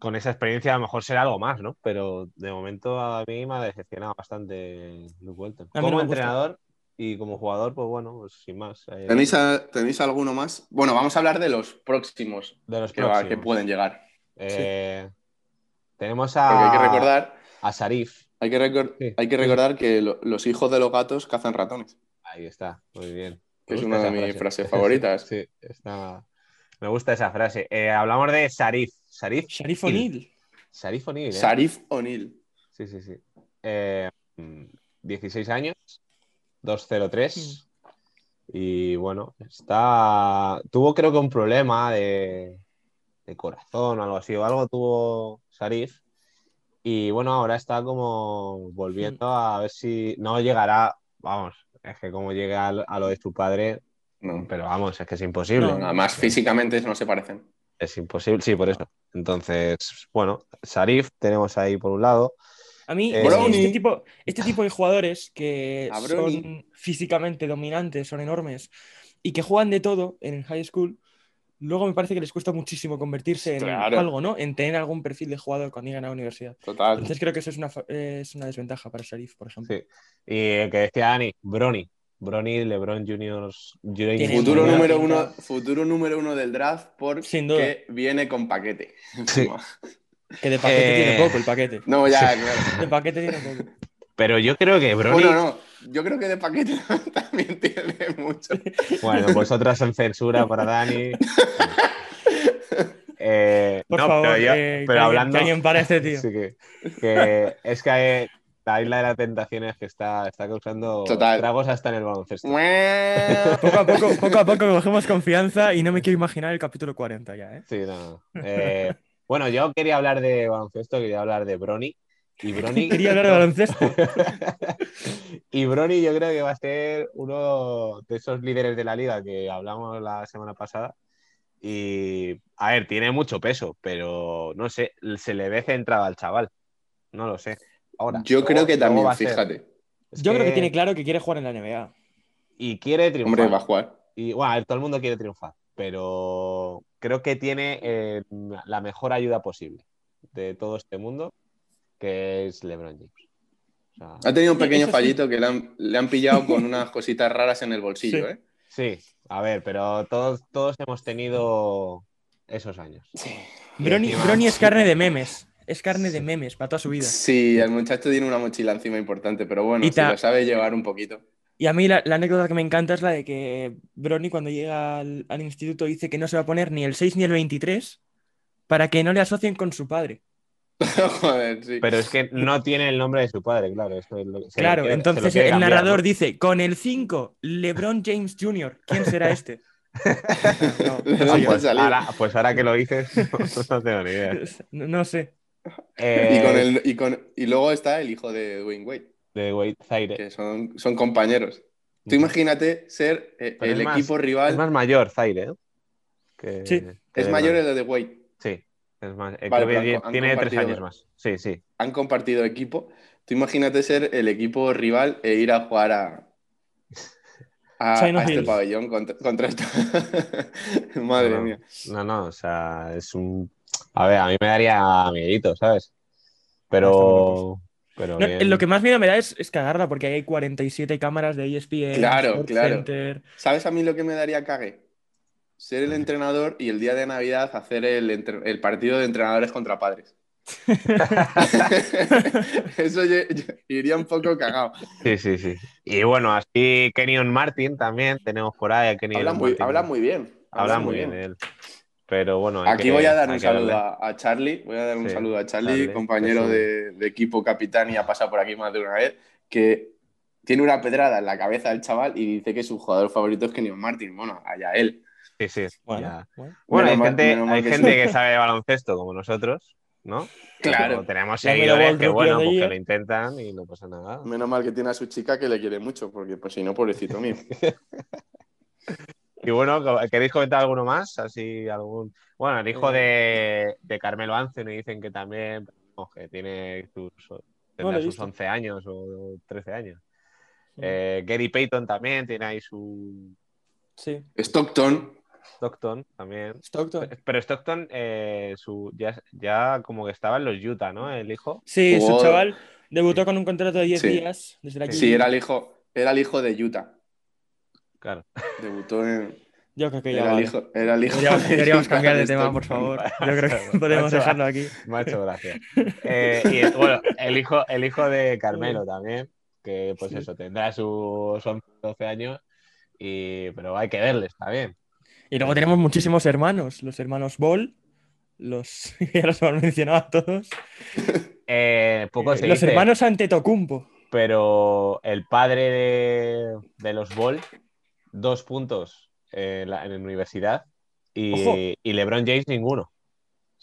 Speaker 2: Con esa experiencia, a lo mejor será algo más, ¿no? Pero de momento a mí me ha decepcionado bastante Luke Walton.
Speaker 4: A mí no
Speaker 2: Como
Speaker 4: me gusta.
Speaker 2: entrenador y como jugador, pues bueno, pues sin más. Eh,
Speaker 3: ¿Tenéis, a- ¿Tenéis alguno más? Bueno, vamos a hablar de los próximos
Speaker 2: de los
Speaker 3: que, va- que
Speaker 2: próximos.
Speaker 3: pueden llegar.
Speaker 2: Eh, Tenemos
Speaker 3: Porque
Speaker 2: a,
Speaker 3: hay que recordar,
Speaker 2: a Sarif.
Speaker 3: hay que, recor-
Speaker 2: Ah. Sí.
Speaker 3: hay que, recordar que lo- los hijos de los gatos cazan ratones,
Speaker 2: Ahí está, muy bien.
Speaker 3: que
Speaker 2: Me
Speaker 3: es
Speaker 2: gusta
Speaker 3: una de
Speaker 2: esa
Speaker 3: mis
Speaker 2: frase.
Speaker 3: frases favoritas.
Speaker 2: Sí, está- Me gusta esa frase. Eh, hablamos de Sarif. Sarif.
Speaker 4: Sharif
Speaker 2: O'Neal.
Speaker 4: O'Neal.
Speaker 2: Sarif O'Neill. ¿eh?
Speaker 3: Sarif O'Neill.
Speaker 2: Sí, sí, sí. Eh, mm, 16 años, 203. Y bueno, está. Tuvo creo que un problema de, de corazón o algo así, o algo tuvo Sarif. Y bueno, ahora está como
Speaker 4: Mm.
Speaker 2: volviendo a ver si no llegará. Vamos, es que como llega al- a lo de su padre,
Speaker 3: No,
Speaker 2: pero vamos, es que es imposible.
Speaker 4: No, no,
Speaker 3: Además, físicamente no se parecen.
Speaker 2: Es imposible, sí, por eso. Entonces, bueno, Sarif tenemos ahí por un lado.
Speaker 4: A mí,
Speaker 2: Eh,
Speaker 4: este-
Speaker 3: Brownie.
Speaker 4: este, tipo, este tipo de jugadores que
Speaker 3: A Brownie.
Speaker 4: son físicamente dominantes, son enormes y que juegan de todo en el high school, luego me parece que les cuesta muchísimo convertirse en
Speaker 3: Claro.
Speaker 4: algo, ¿no? En tener algún perfil de jugador cuando llegan a la universidad.
Speaker 3: Total.
Speaker 4: Entonces creo que eso es una, fa- eh, es una desventaja para Sharif, por ejemplo.
Speaker 2: Sí. Y el Eh, que decía Dani, Brony. Brony, LeBron Juniors.
Speaker 4: Tiene
Speaker 3: Futuro
Speaker 4: buena
Speaker 3: número,
Speaker 4: pinta.
Speaker 3: uno, futuro número uno del draft porque
Speaker 4: Sin duda.
Speaker 3: viene con paquete.
Speaker 2: Sí.
Speaker 4: Que de paquete
Speaker 2: Eh.
Speaker 4: tiene poco el paquete.
Speaker 3: <laughs> No, ya, claro.
Speaker 4: De paquete tiene poco.
Speaker 2: Pero yo creo que Brony.
Speaker 3: Bueno,
Speaker 2: Bueno,
Speaker 3: no. Yo creo que de paquete <laughs> también tiene mucho.
Speaker 2: pues otra son censura para
Speaker 3: <laughs>
Speaker 2: Dani. Eh,
Speaker 4: Por
Speaker 2: no,
Speaker 4: favor,
Speaker 2: pero, yo-
Speaker 4: eh, que
Speaker 2: pero
Speaker 4: alguien-
Speaker 2: hablando.
Speaker 4: que alguien para este tío.
Speaker 2: Sí que, que es que eh, la isla de las tentaciones que está, está causando
Speaker 3: Total.
Speaker 2: tragos hasta en el baloncesto.
Speaker 4: Poco a poco, poco a poco cogemos confianza y no me quiero imaginar el capítulo 40 ya, ¿eh?
Speaker 2: Sí, no. Eh, bueno, yo quería hablar de baloncesto, quería hablar de Brony. Y Brony.
Speaker 4: <laughs> Quería hablar de
Speaker 3: <laughs>
Speaker 4: baloncesto.
Speaker 2: <laughs> y Brony yo creo que va a ser uno de esos líderes de la liga que hablamos la semana pasada. Y, a ver, tiene mucho peso, pero no sé, se le ve centrado al chaval. No lo sé. Ahora,
Speaker 3: Yo
Speaker 2: ¿cómo-
Speaker 3: creo que
Speaker 2: cómo va
Speaker 3: también,
Speaker 2: a ser?
Speaker 3: fíjate.
Speaker 2: Es
Speaker 4: Yo
Speaker 3: Eh.
Speaker 4: creo que tiene claro que quiere jugar en la NBA.
Speaker 2: Y quiere triunfar.
Speaker 3: Hombre, va a jugar.
Speaker 2: Y bueno, a ver, todo el mundo quiere triunfar, pero creo que tiene eh, la mejor ayuda posible de todo este mundo, que es LeBron James. O sea,
Speaker 3: Ha tenido un
Speaker 4: Sí,
Speaker 3: pequeño
Speaker 4: eso sí.
Speaker 3: fallito que le han, le han pillado con unas cositas raras en el bolsillo,
Speaker 4: Sí.
Speaker 3: ¿eh?
Speaker 2: Sí, a ver, pero todos, todos hemos tenido esos años.
Speaker 4: Brony,
Speaker 2: encima-
Speaker 4: Brony es carne de memes. Es carne de memes para toda su vida.
Speaker 3: Sí, el muchacho tiene una mochila encima importante, pero bueno,
Speaker 4: Y
Speaker 3: si
Speaker 4: ta-
Speaker 3: lo sabe llevar un poquito. <laughs>
Speaker 4: Y a mí la, la anécdota que me encanta es la de que Brony cuando llega al, al instituto dice que no se va a poner ni el 6 ni el 23 para que no le asocien con su padre.
Speaker 3: Joder, sí.
Speaker 2: Pero es que no tiene el nombre de su padre, claro. eso es lo- se lo quiere-
Speaker 4: claro,
Speaker 2: se lo
Speaker 4: entonces
Speaker 2: quiere
Speaker 4: el
Speaker 2: cambiar,
Speaker 4: narrador
Speaker 2: ¿no?
Speaker 4: dice, con el 5, LeBron James Jr., ¿quién será este?
Speaker 2: <laughs>
Speaker 4: No,
Speaker 3: Le
Speaker 4: no
Speaker 2: Ah,
Speaker 3: dan por
Speaker 4: sé
Speaker 2: pues,
Speaker 3: salir.
Speaker 2: ahora, pues ahora que lo dices, <laughs> no tengo ni idea.
Speaker 4: yo. No- no sé.
Speaker 2: Eh,
Speaker 3: Y, con el- y, con- y luego está el hijo de Dwayne Wade,
Speaker 2: De Wade Zaire.
Speaker 3: que son, son compañeros. Tú imagínate ser eh,
Speaker 2: Pero
Speaker 3: el
Speaker 2: Pues es más-
Speaker 3: equipo
Speaker 2: Es
Speaker 3: rival.
Speaker 2: más mayor Zaire, ¿eh? Que-
Speaker 4: Sí.
Speaker 2: que
Speaker 3: Es
Speaker 2: LeBron.
Speaker 3: mayor el de Wade.
Speaker 2: Sí, Es más, eh, vale, creo que tiene tres años más. Sí, sí.
Speaker 3: Han compartido equipo. Tú imagínate ser el equipo rival e ir a jugar a, a, a este pabellón contra, contra esto. <laughs> Madre
Speaker 2: no,
Speaker 3: mía.
Speaker 2: No, no, o sea, es un. A ver, a mí me daría miedito, ¿sabes? Pero. pero
Speaker 4: no, lo que más miedo me da es, es, cagarla, porque hay 47 cámaras de E ESPN.
Speaker 3: Claro, Sport claro. Center. ¿Sabes a mí lo que me daría cague? ser el entrenador y el día de Navidad hacer el, el partido de entrenadores
Speaker 2: <laughs>
Speaker 3: contra padres. <laughs> Eso yo, yo iría un poco cagado.
Speaker 2: Sí, sí, sí. Y bueno, así Kenyon Martin también tenemos por ahí. A
Speaker 3: habla, muy, habla, muy, bien.
Speaker 2: Habla, muy bien, eh. él. Pero bueno,
Speaker 3: aquí que, voy a dar un saludo a, a, Charlie. Voy a dar un sí, saludo a Charlie, Charlie compañero sí. de, de, equipo capitán y ha pasado por aquí más de una vez. Que tiene una pedrada en la cabeza del chaval y dice que su jugador favorito es Kenyon Martin. Bueno, allá él.
Speaker 2: Sí, sí. Bueno, bueno. bueno hay, mal, gente, hay que gente, que sabe de baloncesto como nosotros, ¿no?
Speaker 3: <laughs> Claro.
Speaker 2: Como tenemos seguidores que, bueno, pues que lo intentan y no pasa nada.
Speaker 3: Menos mal que tiene a su chica que le quiere mucho, porque pues si no, pobrecito mío.
Speaker 2: y bueno, ¿queréis comentar alguno más? Así algún... Bueno, el hijo de, de Carmelo Anthony dicen que también oh, que tiene sus, tendrá sus 11 años o 13 años. Eh, Gary Payton también tiene ahí su...
Speaker 4: Sí.
Speaker 3: <laughs> Stockton,
Speaker 2: Stockton también.
Speaker 4: Stockton.
Speaker 2: Pero Stockton eh, su, ya, ya, como que estaba en los Utah, ¿no? El hijo.
Speaker 4: Sí, wow. su chaval debutó con un contrato de 10 sí. días desde
Speaker 3: Sí, era el hijo, era el hijo de Utah.
Speaker 2: Claro.
Speaker 3: Debutó en.
Speaker 4: Yo creo que
Speaker 3: ya. Era,
Speaker 4: vale.
Speaker 3: el hijo, era el hijo
Speaker 4: Queríamos,
Speaker 3: <laughs>
Speaker 4: de queríamos cambiar de, de tema, por favor. Yo creo que podemos
Speaker 2: macho,
Speaker 4: dejarlo aquí.
Speaker 2: Macho,
Speaker 4: <laughs>
Speaker 2: gracias. Eh, y bueno, el hijo, el hijo de Carmelo también, que pues sí. eso, tendrá sus 11, 12 años. Y, pero hay que verles, también.
Speaker 4: Y luego tenemos muchísimos hermanos, los hermanos Ball, los <laughs> ya los hemos mencionado a todos.
Speaker 2: Eh, poco se
Speaker 4: los
Speaker 2: dice,
Speaker 4: hermanos Antetokounmpo.
Speaker 2: Pero el padre de, de los Ball, dos puntos en la, en la universidad y, y, LeBron James ninguno.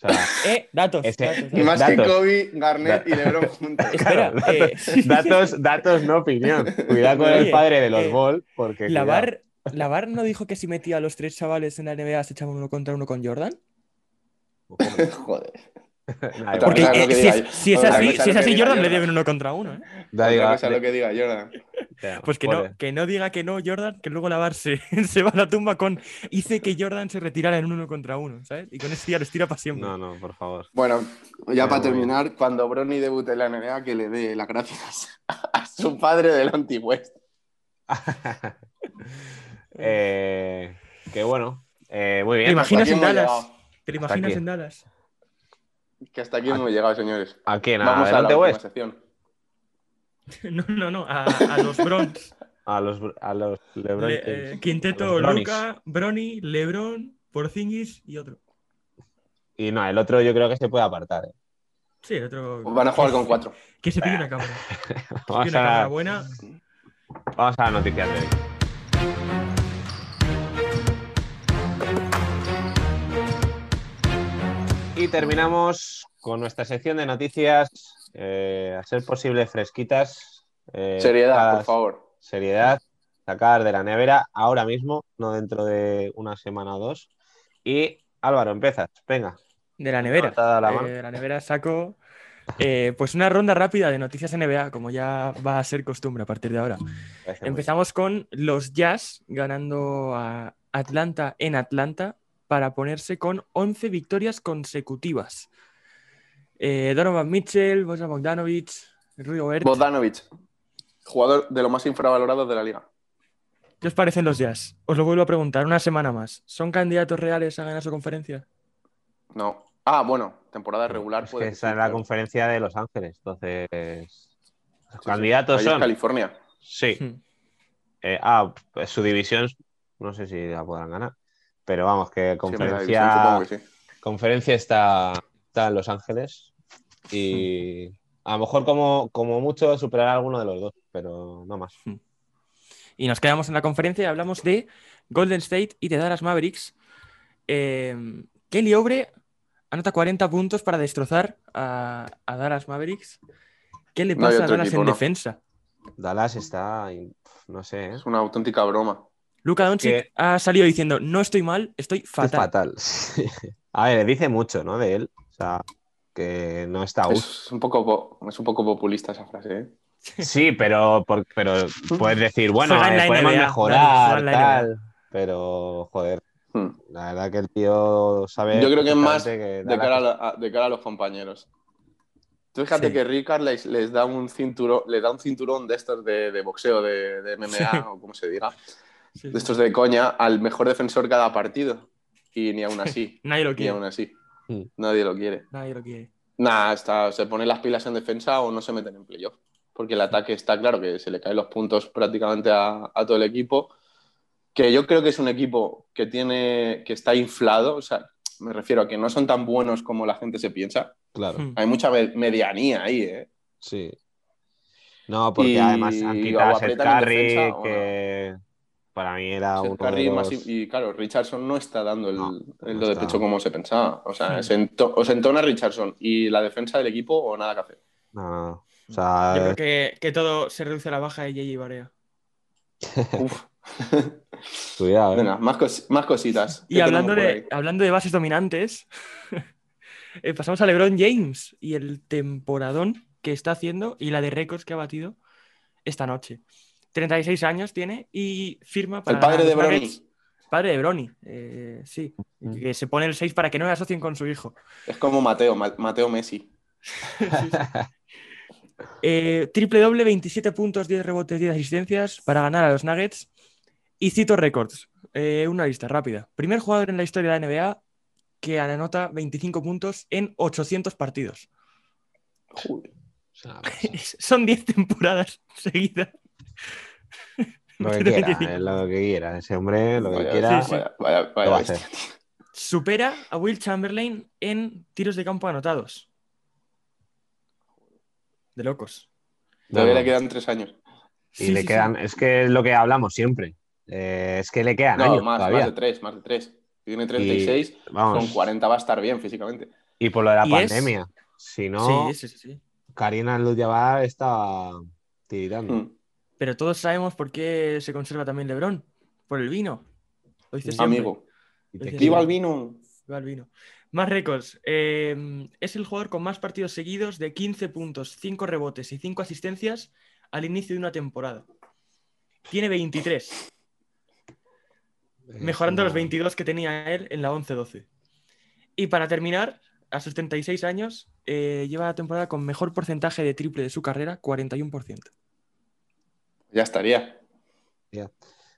Speaker 4: O sea, eh, datos,
Speaker 3: ese,
Speaker 4: datos, datos,
Speaker 3: Y más datos. que Kobe, Garnett y LeBron <laughs> juntos.
Speaker 2: Espera, claro,
Speaker 4: <laughs>
Speaker 2: eh... <laughs> datos, datos, no opinión. Cuidado con Oye, el padre de los Ball, porque
Speaker 4: eh, lavar cuidado. ¿La VAR no dijo que si metía a los tres chavales en la NBA se echaban uno contra uno con Jordan?
Speaker 2: <laughs>
Speaker 3: Joder.
Speaker 4: Nah, Porque eh, si, es, si, es, así, si es así Jordan, Jordan, le deben uno contra uno. ¿eh?
Speaker 3: Da igual le... lo que diga Jordan.
Speaker 4: Ya, pues que pobre. no, que no diga que no Jordan, que luego la VAR se, <laughs> se, va a la tumba con hice que Jordan se retirara en uno contra uno, ¿sabes? Y con eso ya los tira para siempre.
Speaker 2: No, no, por
Speaker 4: <laughs>
Speaker 2: favor.
Speaker 3: Bueno, ya no, para terminar, bueno. cuando Bronny debute en la NBA, que le dé las gracias <laughs> a su padre del Anti-West.
Speaker 2: Eh, que bueno. Eh, muy bien.
Speaker 4: ¿Te imaginas en Dallas? ¿Te imaginas aquí? en Dallas? <laughs>
Speaker 3: Que hasta aquí no hemos llegado, señores.
Speaker 2: ¿A quién? ¿A Vamos Adelante pues, a la West?
Speaker 4: No, no, no. A, a los Brons.
Speaker 2: a los, a los Lebron.
Speaker 4: Le, eh, Quinteto, los Luca, Brony, Lebron, Porzingis y otro.
Speaker 2: Y no, el otro yo creo que se puede apartar. eh.
Speaker 4: <laughs> Sí, el otro.
Speaker 3: Van a jugar con cuatro.
Speaker 4: Que se pide una cámara. que se pide una cámara buena.
Speaker 2: Vamos a la noticia de hoy. Y terminamos con nuestra sección de noticias, eh, a ser posible fresquitas.
Speaker 3: Eh, seriedad, cada... por favor.
Speaker 2: Seriedad, sacar de la nevera ahora mismo, no dentro de una semana o dos. Y Álvaro, empiezas, venga.
Speaker 4: De la nevera.
Speaker 2: No, la
Speaker 4: eh, de la nevera saco eh, pues una ronda rápida de noticias NBA, como ya va a ser costumbre a partir de ahora. Gracias Empezamos con los Jazz ganando a Atlanta en Atlanta para ponerse con 11 victorias consecutivas. Eh, Donovan Mitchell, Bosa Bogdanovic, Rui Gobert.
Speaker 3: Bogdanovic, jugador de lo más infravalorado de la liga.
Speaker 4: ¿Qué os parecen los Jazz? Os lo vuelvo a preguntar una semana más. ¿Son candidatos reales a ganar su conferencia?
Speaker 3: No, Ah, bueno, temporada regular
Speaker 2: Pues es puede. Que está en la claro. conferencia de Los Ángeles, entonces. Los sí, candidatos sí. son.
Speaker 3: California.
Speaker 2: Sí.
Speaker 4: Hmm.
Speaker 2: sí. Eh, ah, pues su división, no sé si la podrán ganar. Pero vamos, que conferencia. ¿eh? División, conferencia está, está, en Los Ángeles. Y
Speaker 4: Hmm.
Speaker 2: a lo mejor, como, como mucho, superará alguno de los dos, pero no más.
Speaker 4: Y nos quedamos en la conferencia y hablamos de Golden State y de Dallas Mavericks. Eh, Kelly Obre anota 40 puntos para destrozar a, a Dallas Mavericks. ¿Qué le pasa no a Dallas equipo, en no. defensa?
Speaker 2: Dallas está, no sé. ¿eh?
Speaker 3: Es una auténtica broma.
Speaker 4: Luca Doncic es que...
Speaker 2: <laughs>
Speaker 4: ha salido diciendo, no estoy mal, estoy fatal.
Speaker 2: Estoy fatal. a ver, dice mucho, ¿no? De él. está, que no está a gusto.
Speaker 3: Es un poco, es un poco populista esa frase, ¿eh?
Speaker 2: Sí, pero, por- pero puedes decir, bueno,
Speaker 4: Juega en la
Speaker 2: eh, podemos
Speaker 4: NBA,
Speaker 2: mejorar,
Speaker 4: Dani, juega en la
Speaker 2: tal. Pero, joder,
Speaker 3: Hmm.
Speaker 2: la verdad que el tío sabe.
Speaker 3: Yo creo que es más
Speaker 2: perfectamente que da
Speaker 3: De
Speaker 2: la
Speaker 3: cara, a la- a, de cara a los compañeros. Tú fíjate
Speaker 4: Sí.
Speaker 3: que Ricard les, les da un cinturón, le da un cinturón de estos de, de boxeo, de, de MMA
Speaker 4: Sí.
Speaker 3: o como se diga,
Speaker 4: Sí, sí.
Speaker 3: de estos de coña, al mejor defensor cada partido. Y ni
Speaker 2: <laughs>
Speaker 3: aún así,
Speaker 4: Nadie lo
Speaker 3: ni
Speaker 4: quiere.
Speaker 3: aún así.
Speaker 2: Mm.
Speaker 3: Nadie lo quiere.
Speaker 4: Nadie lo quiere.
Speaker 3: Nada, está, se ponen las pilas en defensa o no se meten en playoff. Porque el ataque está claro que se le caen los puntos prácticamente a, a todo el equipo. Que yo creo que es un equipo que tiene, que está inflado. O sea, me refiero a que no son tan buenos como la gente se piensa.
Speaker 2: Claro,
Speaker 4: Hmm.
Speaker 3: Hay mucha me- medianía ahí, ¿eh?
Speaker 2: sí. No, porque
Speaker 3: Y-
Speaker 2: además han quitado
Speaker 3: o
Speaker 2: a Seth
Speaker 3: aprietan en
Speaker 2: Curry,
Speaker 3: defensa, o
Speaker 2: que para mí era
Speaker 3: Seth
Speaker 2: Ah, uno
Speaker 3: Curry
Speaker 2: de
Speaker 3: más
Speaker 2: los-
Speaker 3: y, y claro, Richardson no está dando el,
Speaker 2: No,
Speaker 3: el
Speaker 2: no
Speaker 3: do de
Speaker 2: está.
Speaker 3: pecho como se pensaba. O sea,
Speaker 4: Hmm.
Speaker 3: se ento- o se entona Richardson y la defensa del equipo o nada que hacer.
Speaker 2: <laughs> No, no, no. O sea,
Speaker 4: Yo creo que, que todo se reduce a la baja de JJ Barea.
Speaker 3: Uf. <laughs>
Speaker 2: cuidado, ¿eh?
Speaker 3: Venga, más, cos- más cositas.
Speaker 4: Y
Speaker 3: ¿Qué
Speaker 4: hablando
Speaker 3: tenemos por
Speaker 4: de, hablando de bases dominantes, <laughs> eh, pasamos a LeBron James y el temporadón que está haciendo y la de récords que ha batido esta noche. 36 años tiene y firma
Speaker 3: ahí?
Speaker 4: para.
Speaker 3: El padre de
Speaker 4: los
Speaker 3: Brony.
Speaker 4: Nuggets. Padre de Brony, eh, sí.
Speaker 2: Ujú.
Speaker 4: Que se pone el 6 para que no le asocien con su hijo.
Speaker 3: Es como Mateo, Ma- Mateo Messi.
Speaker 4: Eh, triple doble, 27 puntos, 10 rebotes, 10 asistencias para ganar a los Nuggets. Y cito récords. Eh, una lista rápida. Primer jugador en la historia de la NBA que anota 25 puntos en 800 partidos. <laughs>
Speaker 3: Joder.
Speaker 2: Es una cosa.
Speaker 4: Son 10 temporadas <laughs> seguidas.
Speaker 3: <laughs>
Speaker 2: Lo que
Speaker 4: Tiene
Speaker 2: quiera,
Speaker 4: 25.
Speaker 2: eh, lo que quiera. Ese hombre, lo que
Speaker 3: Vaya-
Speaker 2: quiera,
Speaker 4: sí, sí.
Speaker 3: Vaya, vaya- vaya
Speaker 2: lo va a
Speaker 3: bestia.
Speaker 2: hacer.
Speaker 4: Supera a Will Chamberlain en tiros de campo anotados. De locos.
Speaker 3: Todavía
Speaker 2: No, no.
Speaker 3: le quedan tres años.
Speaker 2: Y
Speaker 4: Sí,
Speaker 2: le
Speaker 4: sí,
Speaker 2: quedan,
Speaker 4: sí.
Speaker 2: es que es lo que hablamos siempre. Eh, es que le quedan
Speaker 3: No,
Speaker 2: años
Speaker 3: más,
Speaker 2: todavía.
Speaker 3: más de tres, más de tres. Si Tiene 36,
Speaker 2: Vamos.
Speaker 3: con 40 va a estar bien físicamente.
Speaker 2: Y por lo de la
Speaker 4: Y es-
Speaker 2: pandemia. Si no,
Speaker 4: Sí, sí, sí, sí.
Speaker 2: Karina Luz-Jabbar estaba tirando.
Speaker 3: Mm.
Speaker 4: Pero todos sabemos por qué se conserva también LeBron. Por el vino. Lo dice siempre.
Speaker 3: Amigo,
Speaker 2: Y te
Speaker 4: Sí,
Speaker 2: quiero.
Speaker 3: viva el vino.
Speaker 4: Viva el vino. Más récords. Eh, es el jugador con más partidos seguidos de 15 puntos, 5 rebotes y 5 asistencias al inicio de una temporada. Tiene 23,
Speaker 2: Es
Speaker 4: mejorando
Speaker 2: una-
Speaker 4: los 22 que tenía él en la 11-12. Y para terminar, a sus 36 años, eh, lleva la temporada con mejor porcentaje de triple de su carrera, 41%.
Speaker 3: Ya estaría.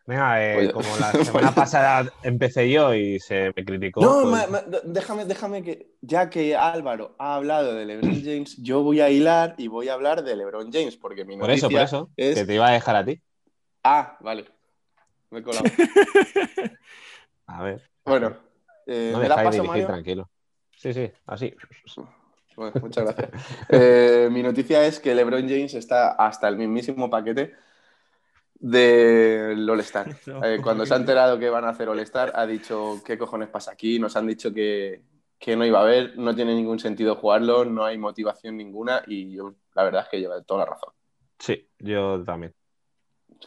Speaker 2: Venga, eh,
Speaker 3: Oye. <laughs>
Speaker 2: como la semana pasada empecé yo y se me criticó.
Speaker 3: No,
Speaker 2: pues,
Speaker 3: ma- ma- d- déjame, déjame que, ya que Álvaro ha hablado de LeBron James, yo voy a hilar y voy a hablar de LeBron James, porque mi
Speaker 2: por
Speaker 3: noticia
Speaker 2: eso, por eso.
Speaker 3: es-
Speaker 2: Que te iba a dejar a ti.
Speaker 3: Ah, vale. Me
Speaker 2: <laughs>
Speaker 3: he colado.
Speaker 2: A ver.
Speaker 3: bueno, eh,
Speaker 2: no
Speaker 3: ¿me la
Speaker 2: dejáis
Speaker 3: paso,
Speaker 2: dirigir,
Speaker 3: Mario?
Speaker 2: tranquilo. Sí, sí, así.
Speaker 3: Bueno, muchas gracias. Eh, mi noticia es que LeBron James está hasta el mismísimo paquete del All-Star. Eh, cuando se ha enterado que van a hacer All-Star, ha dicho: ¿Qué cojones pasa aquí? Nos han dicho que, que no iba a haber, no tiene ningún sentido jugarlo, no hay motivación ninguna. Y yo, la verdad es que lleva toda la razón.
Speaker 2: Sí, yo también.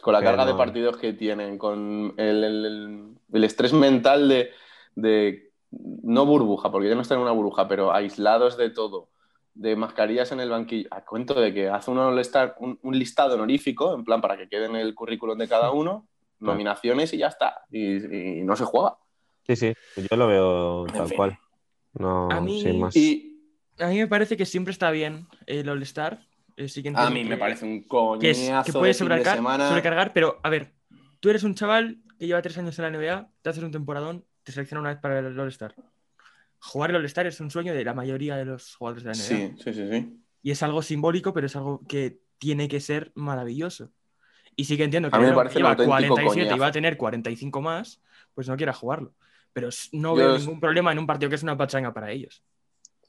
Speaker 3: Con la
Speaker 2: Pero
Speaker 3: carga de
Speaker 2: no.
Speaker 3: partidos que tienen, con el, el- el- el estrés mental de, de- No burbuja, porque ya no están en una burbuja, pero aislados de todo, de mascarillas en el banquillo. A cuento de que hace un, all-star- un, un listado honorífico, en plan para que quede en el currículum de cada
Speaker 4: <laughs>
Speaker 3: uno, nominaciones y ya está. Y, y no se juega.
Speaker 2: Sí, sí, pues yo lo veo tal
Speaker 3: fin.
Speaker 2: cual. No,
Speaker 4: A mí-
Speaker 2: sin más.
Speaker 3: Y
Speaker 4: A mí me parece que siempre está bien el All-Star. eh, sí que
Speaker 3: a
Speaker 4: entiendo
Speaker 3: mí
Speaker 4: que-
Speaker 3: me parece un
Speaker 4: que, es,
Speaker 3: coñazo
Speaker 4: que
Speaker 3: de
Speaker 4: puede
Speaker 3: fin de
Speaker 4: sobrecargar,
Speaker 3: semana.
Speaker 4: sobrecargar, pero a ver, tú eres un chaval que lleva tres años en la NBA, te haces un temporadón, te selecciona una vez para el All-Star. Jugar el All-Star es un sueño de la mayoría de los jugadores de la NBA.
Speaker 3: Sí, sí, sí, sí.
Speaker 4: Y es algo simbólico, pero es algo que tiene que ser maravilloso. Y sí que entiendo que
Speaker 3: A mí me
Speaker 4: LeBron,
Speaker 3: parece
Speaker 4: que
Speaker 3: un
Speaker 4: lleva
Speaker 3: auténtico
Speaker 4: 47 y
Speaker 3: coñazo.
Speaker 4: va a tener 45 más, pues no quiera jugarlo. Pero s-
Speaker 3: Yo
Speaker 4: no veo
Speaker 3: es-
Speaker 4: ningún problema en un partido que es una pachanga para ellos.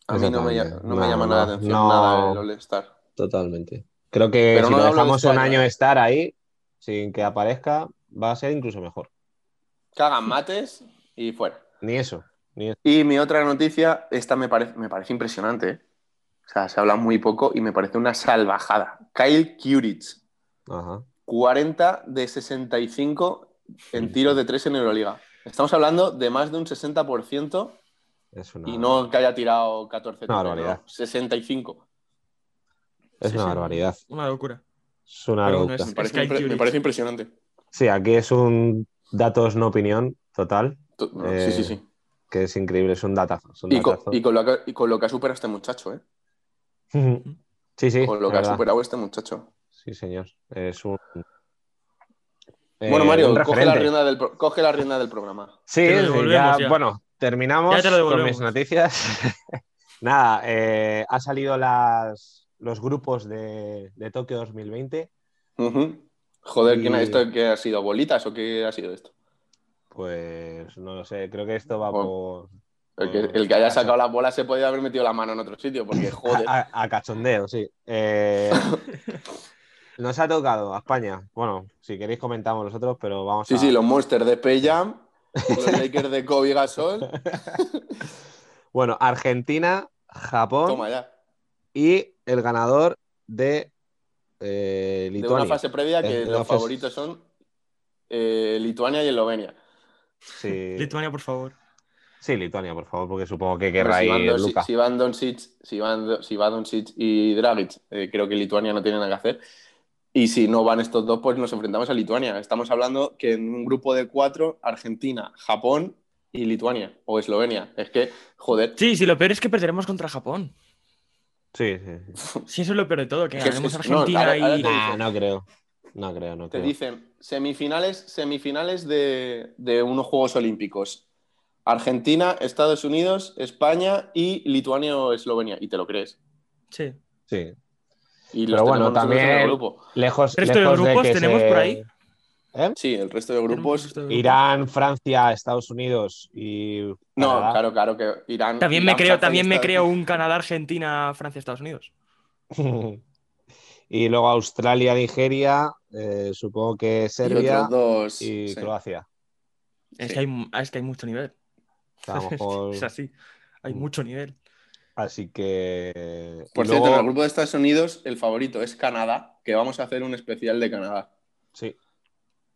Speaker 3: A mí no me, lla-
Speaker 2: Exactamente.
Speaker 3: no me
Speaker 2: No,
Speaker 3: llama nada
Speaker 2: no,
Speaker 3: la atención
Speaker 2: no.
Speaker 3: nada el All-Star.
Speaker 2: Totalmente. Creo que
Speaker 3: Pero
Speaker 2: si
Speaker 3: no
Speaker 2: lo
Speaker 3: hablo de
Speaker 2: dejamos
Speaker 3: este
Speaker 2: un
Speaker 3: año,
Speaker 2: año
Speaker 3: ¿eh?
Speaker 2: estar ahí, sin que aparezca, va a ser incluso mejor.
Speaker 3: Cagan mates y fuera.
Speaker 2: Ni eso. Ni eso.
Speaker 3: Y mi otra noticia, esta me, parece me parece impresionante. ¿eh? O sea, se habla muy poco y me parece una salvajada. Kyle Kurich,
Speaker 2: Ajá.
Speaker 3: 40 de 65 en tiros de 3 en Euroliga. Estamos hablando de más de un 60%
Speaker 2: Es una...
Speaker 3: Y no que haya tirado 14
Speaker 2: Una
Speaker 3: tiros,
Speaker 2: barbaridad.
Speaker 3: no, 65.
Speaker 2: Es
Speaker 4: Sí,
Speaker 2: una
Speaker 4: sí.
Speaker 2: barbaridad.
Speaker 4: Una locura.
Speaker 2: Es una
Speaker 4: Pero bueno,
Speaker 2: locura.
Speaker 3: Me
Speaker 4: Es
Speaker 3: parece,
Speaker 4: Kyle
Speaker 3: impre- me
Speaker 4: Jurich.
Speaker 3: parece impresionante.
Speaker 2: Sí, aquí es un datos no opinión total,
Speaker 3: To- no,
Speaker 2: Eh,
Speaker 3: sí, sí, sí.
Speaker 2: que es increíble, es un datazo. es un
Speaker 3: Y, co-
Speaker 2: datazo.
Speaker 3: y con lo que, y con lo que ha superado este muchacho, ¿eh?
Speaker 2: <laughs> Sí, sí.
Speaker 3: Con lo que
Speaker 2: la
Speaker 3: ha
Speaker 2: verdad.
Speaker 3: superado este muchacho.
Speaker 2: Sí, señor. Es un.
Speaker 3: Bueno,
Speaker 2: Eh,
Speaker 3: Mario,
Speaker 2: un
Speaker 3: coge la,
Speaker 2: referente.
Speaker 3: rienda del pro- coge la rienda del programa.
Speaker 2: Sí,
Speaker 4: Te lo devolvemos
Speaker 2: ya-
Speaker 4: ya.
Speaker 2: bueno, terminamos
Speaker 4: Ya te lo
Speaker 2: con
Speaker 4: devolvemos.
Speaker 2: mis noticias. <laughs> Nada, eh, ha salido las, los grupos de, de Tokio 2020.
Speaker 3: Ujú. Joder, ¿quién ha-
Speaker 2: Y-
Speaker 3: esto qué ha sido? ¿Bolitas o qué ha sido esto?
Speaker 2: Pues no lo sé, creo que esto va
Speaker 3: Bueno.
Speaker 2: por,
Speaker 3: El que,
Speaker 2: Por-
Speaker 3: el que haya sacado las bolas se podía haber metido la mano en otro sitio, porque joder.
Speaker 2: a, a cachondeo, sí.
Speaker 3: <laughs>
Speaker 2: Eh, nos ha tocado a España. Bueno, si queréis comentamos nosotros, pero vamos
Speaker 3: Sí,
Speaker 2: a...
Speaker 3: sí, los Monsters de Space Jam, los Lakers de Kobe Gasol.
Speaker 2: Bueno, Argentina, Japón
Speaker 3: Toma ya.
Speaker 2: y el ganador de eh,
Speaker 3: De una
Speaker 2: Lituania.
Speaker 3: fase previa que
Speaker 2: Eh, la
Speaker 3: los
Speaker 2: fase-
Speaker 3: favoritos son eh, Lituania y Eslovenia.
Speaker 2: Sí.
Speaker 4: Lituania, por favor.
Speaker 2: Sí, Lituania, por favor, porque supongo que
Speaker 3: Hombre,
Speaker 2: querrá
Speaker 3: si, van
Speaker 2: ir
Speaker 3: Don-
Speaker 2: Luca.
Speaker 3: si van Doncic, si van Do- si va Doncic y Dragic, eh, creo que Lituania no tiene nada que hacer. Y si no van estos dos, pues nos enfrentamos a Lituania. Estamos hablando que en un grupo de cuatro, Argentina, Japón y Lituania o Eslovenia. Es que, joder,
Speaker 4: Sí, sí, lo peor es que perderemos contra Japón.
Speaker 2: Sí, sí. sí.
Speaker 4: Sí, eso es lo peor de todo, que
Speaker 3: Es que-
Speaker 4: ganaremos
Speaker 3: es- no,
Speaker 4: Argentina
Speaker 3: ahora- ahora
Speaker 4: y...
Speaker 3: te-
Speaker 2: Nah, no creo. No creo, no
Speaker 3: Te
Speaker 2: creo.
Speaker 3: dicen semifinales, semifinales de, de unos Juegos Olímpicos. Argentina, Estados Unidos, España y Lituania o Eslovenia. Y te lo crees.
Speaker 4: Sí.
Speaker 2: Sí.
Speaker 3: Y
Speaker 2: Pero
Speaker 3: los
Speaker 2: bueno,
Speaker 3: tenemos nosotros en el
Speaker 2: también-
Speaker 3: grupo.
Speaker 2: Lejos,
Speaker 4: ¿Resto de
Speaker 2: lejos
Speaker 4: grupos
Speaker 2: que
Speaker 4: tenemos
Speaker 2: se-
Speaker 4: por ahí?
Speaker 2: ¿Eh?
Speaker 3: Sí, el resto de
Speaker 4: Tenemos
Speaker 3: grupos.
Speaker 4: resto de grupos.
Speaker 2: Irán, Francia, Estados Unidos y.
Speaker 3: No,
Speaker 2: Canadá.
Speaker 3: claro, claro que Irán.
Speaker 4: También me
Speaker 3: Irán,
Speaker 4: creo,
Speaker 3: Francia y
Speaker 4: también me
Speaker 3: Estados-
Speaker 4: creo un Canadá, Argentina, Francia, Estados Unidos.
Speaker 2: <laughs> y luego Australia, Nigeria, eh, supongo que
Speaker 3: y
Speaker 2: Serbia
Speaker 3: otros dos.
Speaker 2: y
Speaker 3: sí.
Speaker 2: Croacia.
Speaker 4: Es,
Speaker 3: Sí.
Speaker 4: que hay, ah, es que hay mucho nivel.
Speaker 2: O sea, a lo mejor-
Speaker 4: <laughs>
Speaker 2: Mm.
Speaker 4: Es así. Hay mucho nivel.
Speaker 2: Así que.
Speaker 3: Por
Speaker 2: y
Speaker 3: cierto,
Speaker 2: luego-
Speaker 3: en el grupo de Estados Unidos, el favorito es Canadá, que vamos a hacer un especial de Canadá.
Speaker 2: Sí,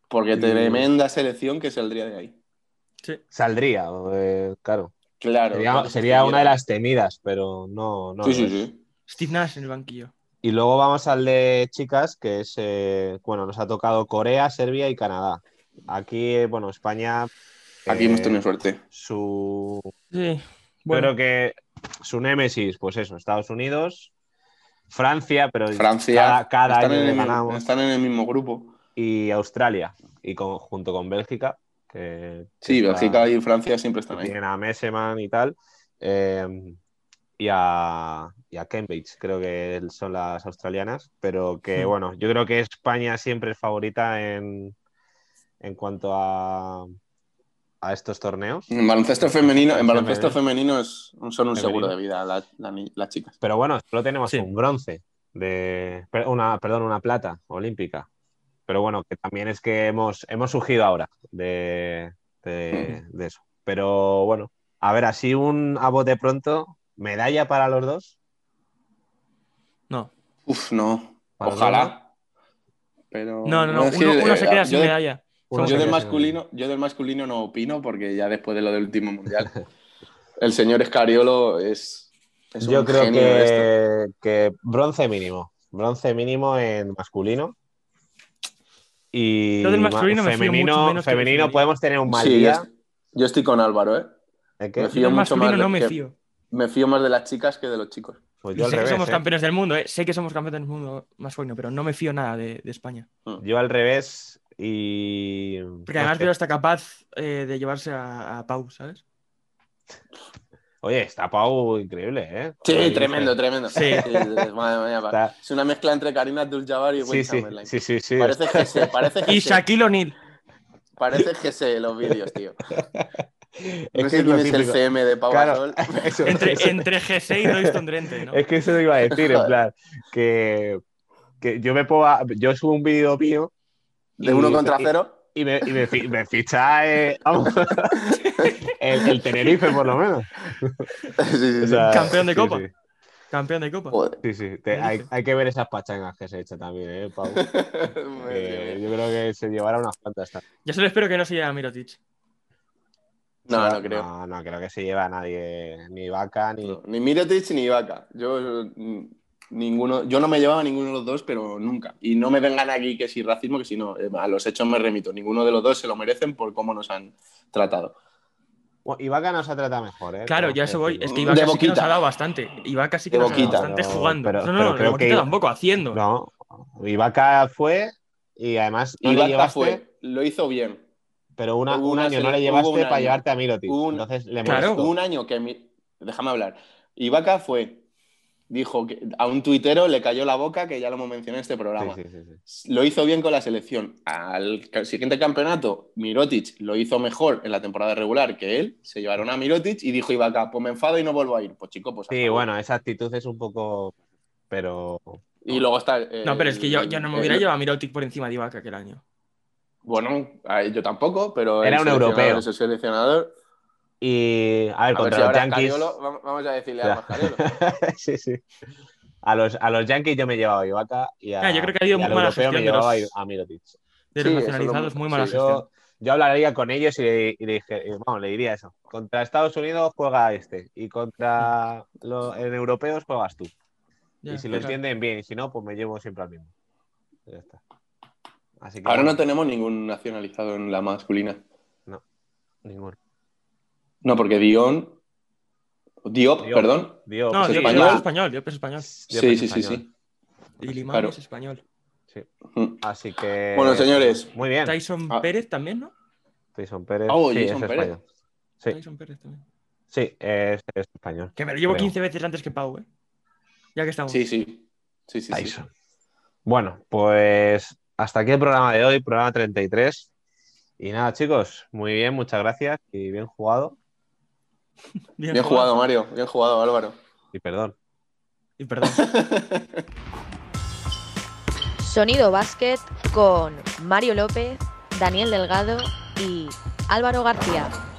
Speaker 3: Porque
Speaker 2: Y-
Speaker 3: tremenda selección que saldría de ahí.
Speaker 2: saldría, eh, claro.
Speaker 3: Claro.
Speaker 2: Sería,
Speaker 3: claro,
Speaker 2: sería una de
Speaker 3: estuviera.
Speaker 2: las temidas, pero no. no
Speaker 3: Sí,
Speaker 2: lo
Speaker 3: sí,
Speaker 2: es.
Speaker 3: sí.
Speaker 4: Steve Nash en el banquillo.
Speaker 2: Y luego vamos al de chicas, que es, eh, bueno, nos ha tocado Corea, Serbia y Canadá. Aquí, eh, bueno, España,
Speaker 3: Aquí
Speaker 2: Eh,
Speaker 3: hemos tenido suerte.
Speaker 2: su...
Speaker 4: Sí.
Speaker 2: Yo creo que su némesis, pues eso, Estados Unidos, Francia, pero
Speaker 3: Francia.
Speaker 2: cada, cada
Speaker 3: están,
Speaker 2: año
Speaker 3: en
Speaker 2: le
Speaker 3: el,
Speaker 2: ganamos,
Speaker 3: están en el mismo grupo.
Speaker 2: y Australia, y con- junto con Bélgica, que...
Speaker 3: Sí,
Speaker 2: que está-
Speaker 3: Bélgica y Francia siempre están ahí.
Speaker 2: Tienen a Messeman y tal, eh, y, a, y a Cambridge, creo que son las australianas, pero que
Speaker 4: Hmm.
Speaker 2: bueno, yo creo que España siempre es favorita en, en cuanto a, a estos torneos.
Speaker 3: En baloncesto femenino, en
Speaker 2: Femenino.
Speaker 3: baloncesto femenino es- son un
Speaker 2: Femenino.
Speaker 3: seguro de vida la- la ni- las chicas.
Speaker 2: Pero bueno, solo tenemos
Speaker 4: Sí.
Speaker 2: un bronce, de, per- una, perdón, una plata olímpica. Pero bueno, que también es que hemos, hemos surgido ahora de, de-
Speaker 4: Hmm.
Speaker 2: de eso. Pero bueno, a ver, así un a bote pronto, medalla para los dos.
Speaker 4: No.
Speaker 3: Uf, no.
Speaker 2: Para
Speaker 3: Ojalá. Pero
Speaker 4: No, no, no.
Speaker 3: es que,
Speaker 4: Uno, uno se
Speaker 3: eh,
Speaker 4: queda sin
Speaker 3: yo, de-
Speaker 4: medalla.
Speaker 2: Uno
Speaker 3: Pues yo
Speaker 2: se
Speaker 3: del
Speaker 2: queda sin
Speaker 3: masculino, yo del masculino no opino porque ya después de lo del último mundial, <laughs> el señor Escariolo es, es
Speaker 2: Yo
Speaker 3: un
Speaker 2: creo
Speaker 3: genio de esto.
Speaker 2: que, que bronce mínimo. Bronce mínimo en masculino. Y
Speaker 4: Yo del
Speaker 2: ma-
Speaker 4: masculino me fío
Speaker 2: femenino,
Speaker 4: mucho menos que del
Speaker 2: femenino
Speaker 4: femenino.
Speaker 2: podemos tener un mal
Speaker 3: Sí, yo,
Speaker 2: día.
Speaker 3: est- yo estoy con Álvaro, ¿eh?
Speaker 2: ¿eh, qué?
Speaker 3: me
Speaker 4: Yo
Speaker 3: fío
Speaker 4: del
Speaker 3: mucho más
Speaker 4: masculino
Speaker 3: de-
Speaker 4: no me
Speaker 3: que-
Speaker 4: fío.
Speaker 3: Me fío más de las chicas que de los chicos.
Speaker 2: Pues
Speaker 4: Y
Speaker 2: yo
Speaker 4: sé
Speaker 2: al
Speaker 4: que
Speaker 2: revés.
Speaker 4: somos
Speaker 2: ¿eh?
Speaker 4: campeones del mundo, eh. sé que somos campeones del mundo masculino, pero no me fío nada de, de España.
Speaker 2: Yo al revés y.
Speaker 4: Porque además
Speaker 2: no sé.
Speaker 4: veo hasta capaz eh, de llevarse a, a Pau, ¿sabes?
Speaker 2: Oye, está Pau increíble, ¿eh?
Speaker 3: Sí,
Speaker 2: Ahí,
Speaker 3: tremendo, tremendo.
Speaker 4: Sí.
Speaker 3: madre mía,
Speaker 2: Está-
Speaker 3: Es una mezcla entre Karina Abdul-Jabbar y Will
Speaker 2: Sí, sí,
Speaker 3: Chamberlain.
Speaker 2: sí, sí, sí.
Speaker 3: Parece que se, parece que
Speaker 4: Y
Speaker 3: se, <laughs>
Speaker 4: Shaquille O'Neal.
Speaker 3: parece que se los vídeos, tío.
Speaker 2: Es
Speaker 3: No
Speaker 2: que
Speaker 3: sé
Speaker 2: es lo
Speaker 3: quién es el
Speaker 2: típico.
Speaker 3: CM de Pau
Speaker 2: Claro.
Speaker 3: Gasol.
Speaker 2: <laughs> Eso-
Speaker 4: Entre,
Speaker 2: eso-
Speaker 4: entre GC y Royston Drenthe, ¿no?
Speaker 2: Es que eso iba a decir, en
Speaker 3: Joder.
Speaker 2: plan, que, que yo me puedo. Yo subo un vídeo mío
Speaker 3: De uno
Speaker 2: Y-
Speaker 3: contra
Speaker 2: y-
Speaker 3: cero.
Speaker 2: y me, y me, fi- me ficha eh,
Speaker 4: <laughs>
Speaker 2: vamos, el, el Tenerife, por lo menos.
Speaker 3: <laughs> Sí, sí, sí.
Speaker 2: O sea, <laughs>
Speaker 4: Campeón de
Speaker 2: sí,
Speaker 4: Copa.
Speaker 2: Sí,
Speaker 4: Campeón de Copa.
Speaker 3: Joder.
Speaker 2: sí, sí. Te- hay, hay que ver esas pachangas que se echa también, ¿eh, Pau?
Speaker 3: <laughs>
Speaker 2: Eh,
Speaker 3: Madre mía.
Speaker 2: yo creo que se llevará unas cuantas también.
Speaker 4: Yo solo espero que no se lleve a Mirotic.
Speaker 3: No, no creo.
Speaker 2: No, no creo que se lleve a nadie, ni Vaca, ni...
Speaker 3: No, ni Mirotic ni Vaca. Yo mm, ninguno, yo no me llevaba a ninguno de los dos, pero nunca. Y no me vengan aquí que si racismo, que si no. Eh, A los hechos me remito. Ninguno de los dos se lo merecen por cómo nos han tratado.
Speaker 2: Bueno, Ibaka nos ha tratado mejor, ¿eh?
Speaker 4: Claro,
Speaker 2: Tengo
Speaker 4: ya
Speaker 2: que
Speaker 4: eso voy.
Speaker 2: decirlo.
Speaker 4: Es que Ibaka
Speaker 3: De
Speaker 4: sí que nos
Speaker 3: boquita.
Speaker 4: ha dado bastante. Ibaka sí que
Speaker 3: De
Speaker 4: nos ha dado
Speaker 3: boquita.
Speaker 4: bastante
Speaker 2: Pero-
Speaker 4: jugando.
Speaker 2: pero-
Speaker 4: no, no,
Speaker 2: pero
Speaker 4: no,
Speaker 2: creo
Speaker 4: de boquita
Speaker 2: que-
Speaker 4: tampoco, haciendo.
Speaker 2: No, Ibaka fue y además no le
Speaker 3: Ibaka
Speaker 2: llevaste,
Speaker 3: fue, lo hizo bien.
Speaker 2: pero una-
Speaker 3: hubo
Speaker 2: un
Speaker 3: una
Speaker 2: año no
Speaker 3: sele-
Speaker 2: le
Speaker 3: hubo un
Speaker 2: llevaste para
Speaker 3: año.
Speaker 2: llevarte a Mirotic.
Speaker 3: Hubo un-
Speaker 2: Entonces le
Speaker 4: Claro.
Speaker 2: molestó.
Speaker 3: Hubo un año que. mi- Déjame hablar. Ibaka fue. Dijo que a un tuitero le cayó la boca, que ya lo hemos mencionado en este programa.
Speaker 2: Sí, sí, sí, sí.
Speaker 3: Lo hizo bien con la selección. Al ca- siguiente campeonato, Mirotic lo hizo mejor en la temporada regular que él. Se llevaron a Mirotic y dijo Ibaka, pues me enfado y no vuelvo a ir. Pues chico, pues.
Speaker 2: Sí,
Speaker 3: acabó.
Speaker 2: bueno, esa actitud es un poco. Pero.
Speaker 3: Y luego está. eh,
Speaker 4: No, pero es que yo, yo no me
Speaker 3: el-
Speaker 4: hubiera llevado a Mirotic por encima de Ibaka aquel año.
Speaker 3: Bueno, a- yo tampoco, pero.
Speaker 2: Era
Speaker 3: el
Speaker 2: un
Speaker 3: seleccionador
Speaker 2: europeo.
Speaker 3: es el seleccionador.
Speaker 2: Y. A ver,
Speaker 3: A ver
Speaker 2: contra
Speaker 3: si
Speaker 2: los
Speaker 3: ahora
Speaker 2: Yankees.
Speaker 3: Scariolo- vam- vamos a decirle
Speaker 2: Ya.
Speaker 3: a Mascariolo.
Speaker 2: <laughs> sí, sí. A los, a los Yankees yo me llevaba a Ibaka y a,
Speaker 4: Ah, yo creo que ha habido
Speaker 2: y
Speaker 4: muy
Speaker 2: al
Speaker 4: mala
Speaker 2: europeo me
Speaker 4: gestión de
Speaker 2: llevaba
Speaker 4: los-
Speaker 2: a Mirotic.
Speaker 4: De
Speaker 3: Sí,
Speaker 4: los
Speaker 3: eso lo-
Speaker 4: nacionalizados, muy mala
Speaker 3: sí,
Speaker 4: gestión.
Speaker 2: Yo, yo hablaría con ellos y le, y le dije- y, vamos, le diría eso. Contra Estados Unidos juega este y contra los en europeos juegas tú.
Speaker 4: Ya,
Speaker 2: y si lo
Speaker 4: claro.
Speaker 2: entienden bien, y si no, pues me llevo siempre al mismo. Ya está. Así que
Speaker 3: Ahora no
Speaker 2: bueno,
Speaker 3: tenemos ningún nacionalizado en la masculina.
Speaker 2: ninguno.
Speaker 3: No, porque Dion. Diop,
Speaker 2: Diop.
Speaker 3: perdón.
Speaker 2: Digo,
Speaker 4: No,
Speaker 2: pues,
Speaker 4: Diop
Speaker 2: español.
Speaker 3: español.
Speaker 4: es español, Diop es español.
Speaker 2: Diop
Speaker 3: sí,
Speaker 2: es
Speaker 3: sí, sí, sí.
Speaker 2: español.
Speaker 4: Y Limán
Speaker 3: Claro.
Speaker 4: es español.
Speaker 3: Mm.
Speaker 2: Así que.
Speaker 3: Bueno, señores.
Speaker 2: Muy bien.
Speaker 4: Tyson
Speaker 3: Ah.
Speaker 4: Pérez también, ¿no?
Speaker 2: Tyson Pérez.
Speaker 3: Oh,
Speaker 2: sí,
Speaker 3: Jason
Speaker 2: es
Speaker 3: Pérez.
Speaker 2: español. Sí.
Speaker 4: Tyson Pérez también.
Speaker 2: Sí, es, es español.
Speaker 4: Que me lo llevo
Speaker 2: Creo.
Speaker 4: 15 veces antes que Pau, ¿eh? Ya que estamos.
Speaker 3: Sí, sí. Sí, sí, sí.
Speaker 2: Tyson. Bueno, pues hasta aquí el programa de hoy, programa 33. Y nada, chicos, muy bien, muchas gracias y bien jugado.
Speaker 3: Bien jugado, Mario. Bien jugado, Álvaro.
Speaker 2: Y perdón.
Speaker 4: Y perdón.
Speaker 1: Sonido Basket con Mario López, Daniel Delgado y Álvaro García.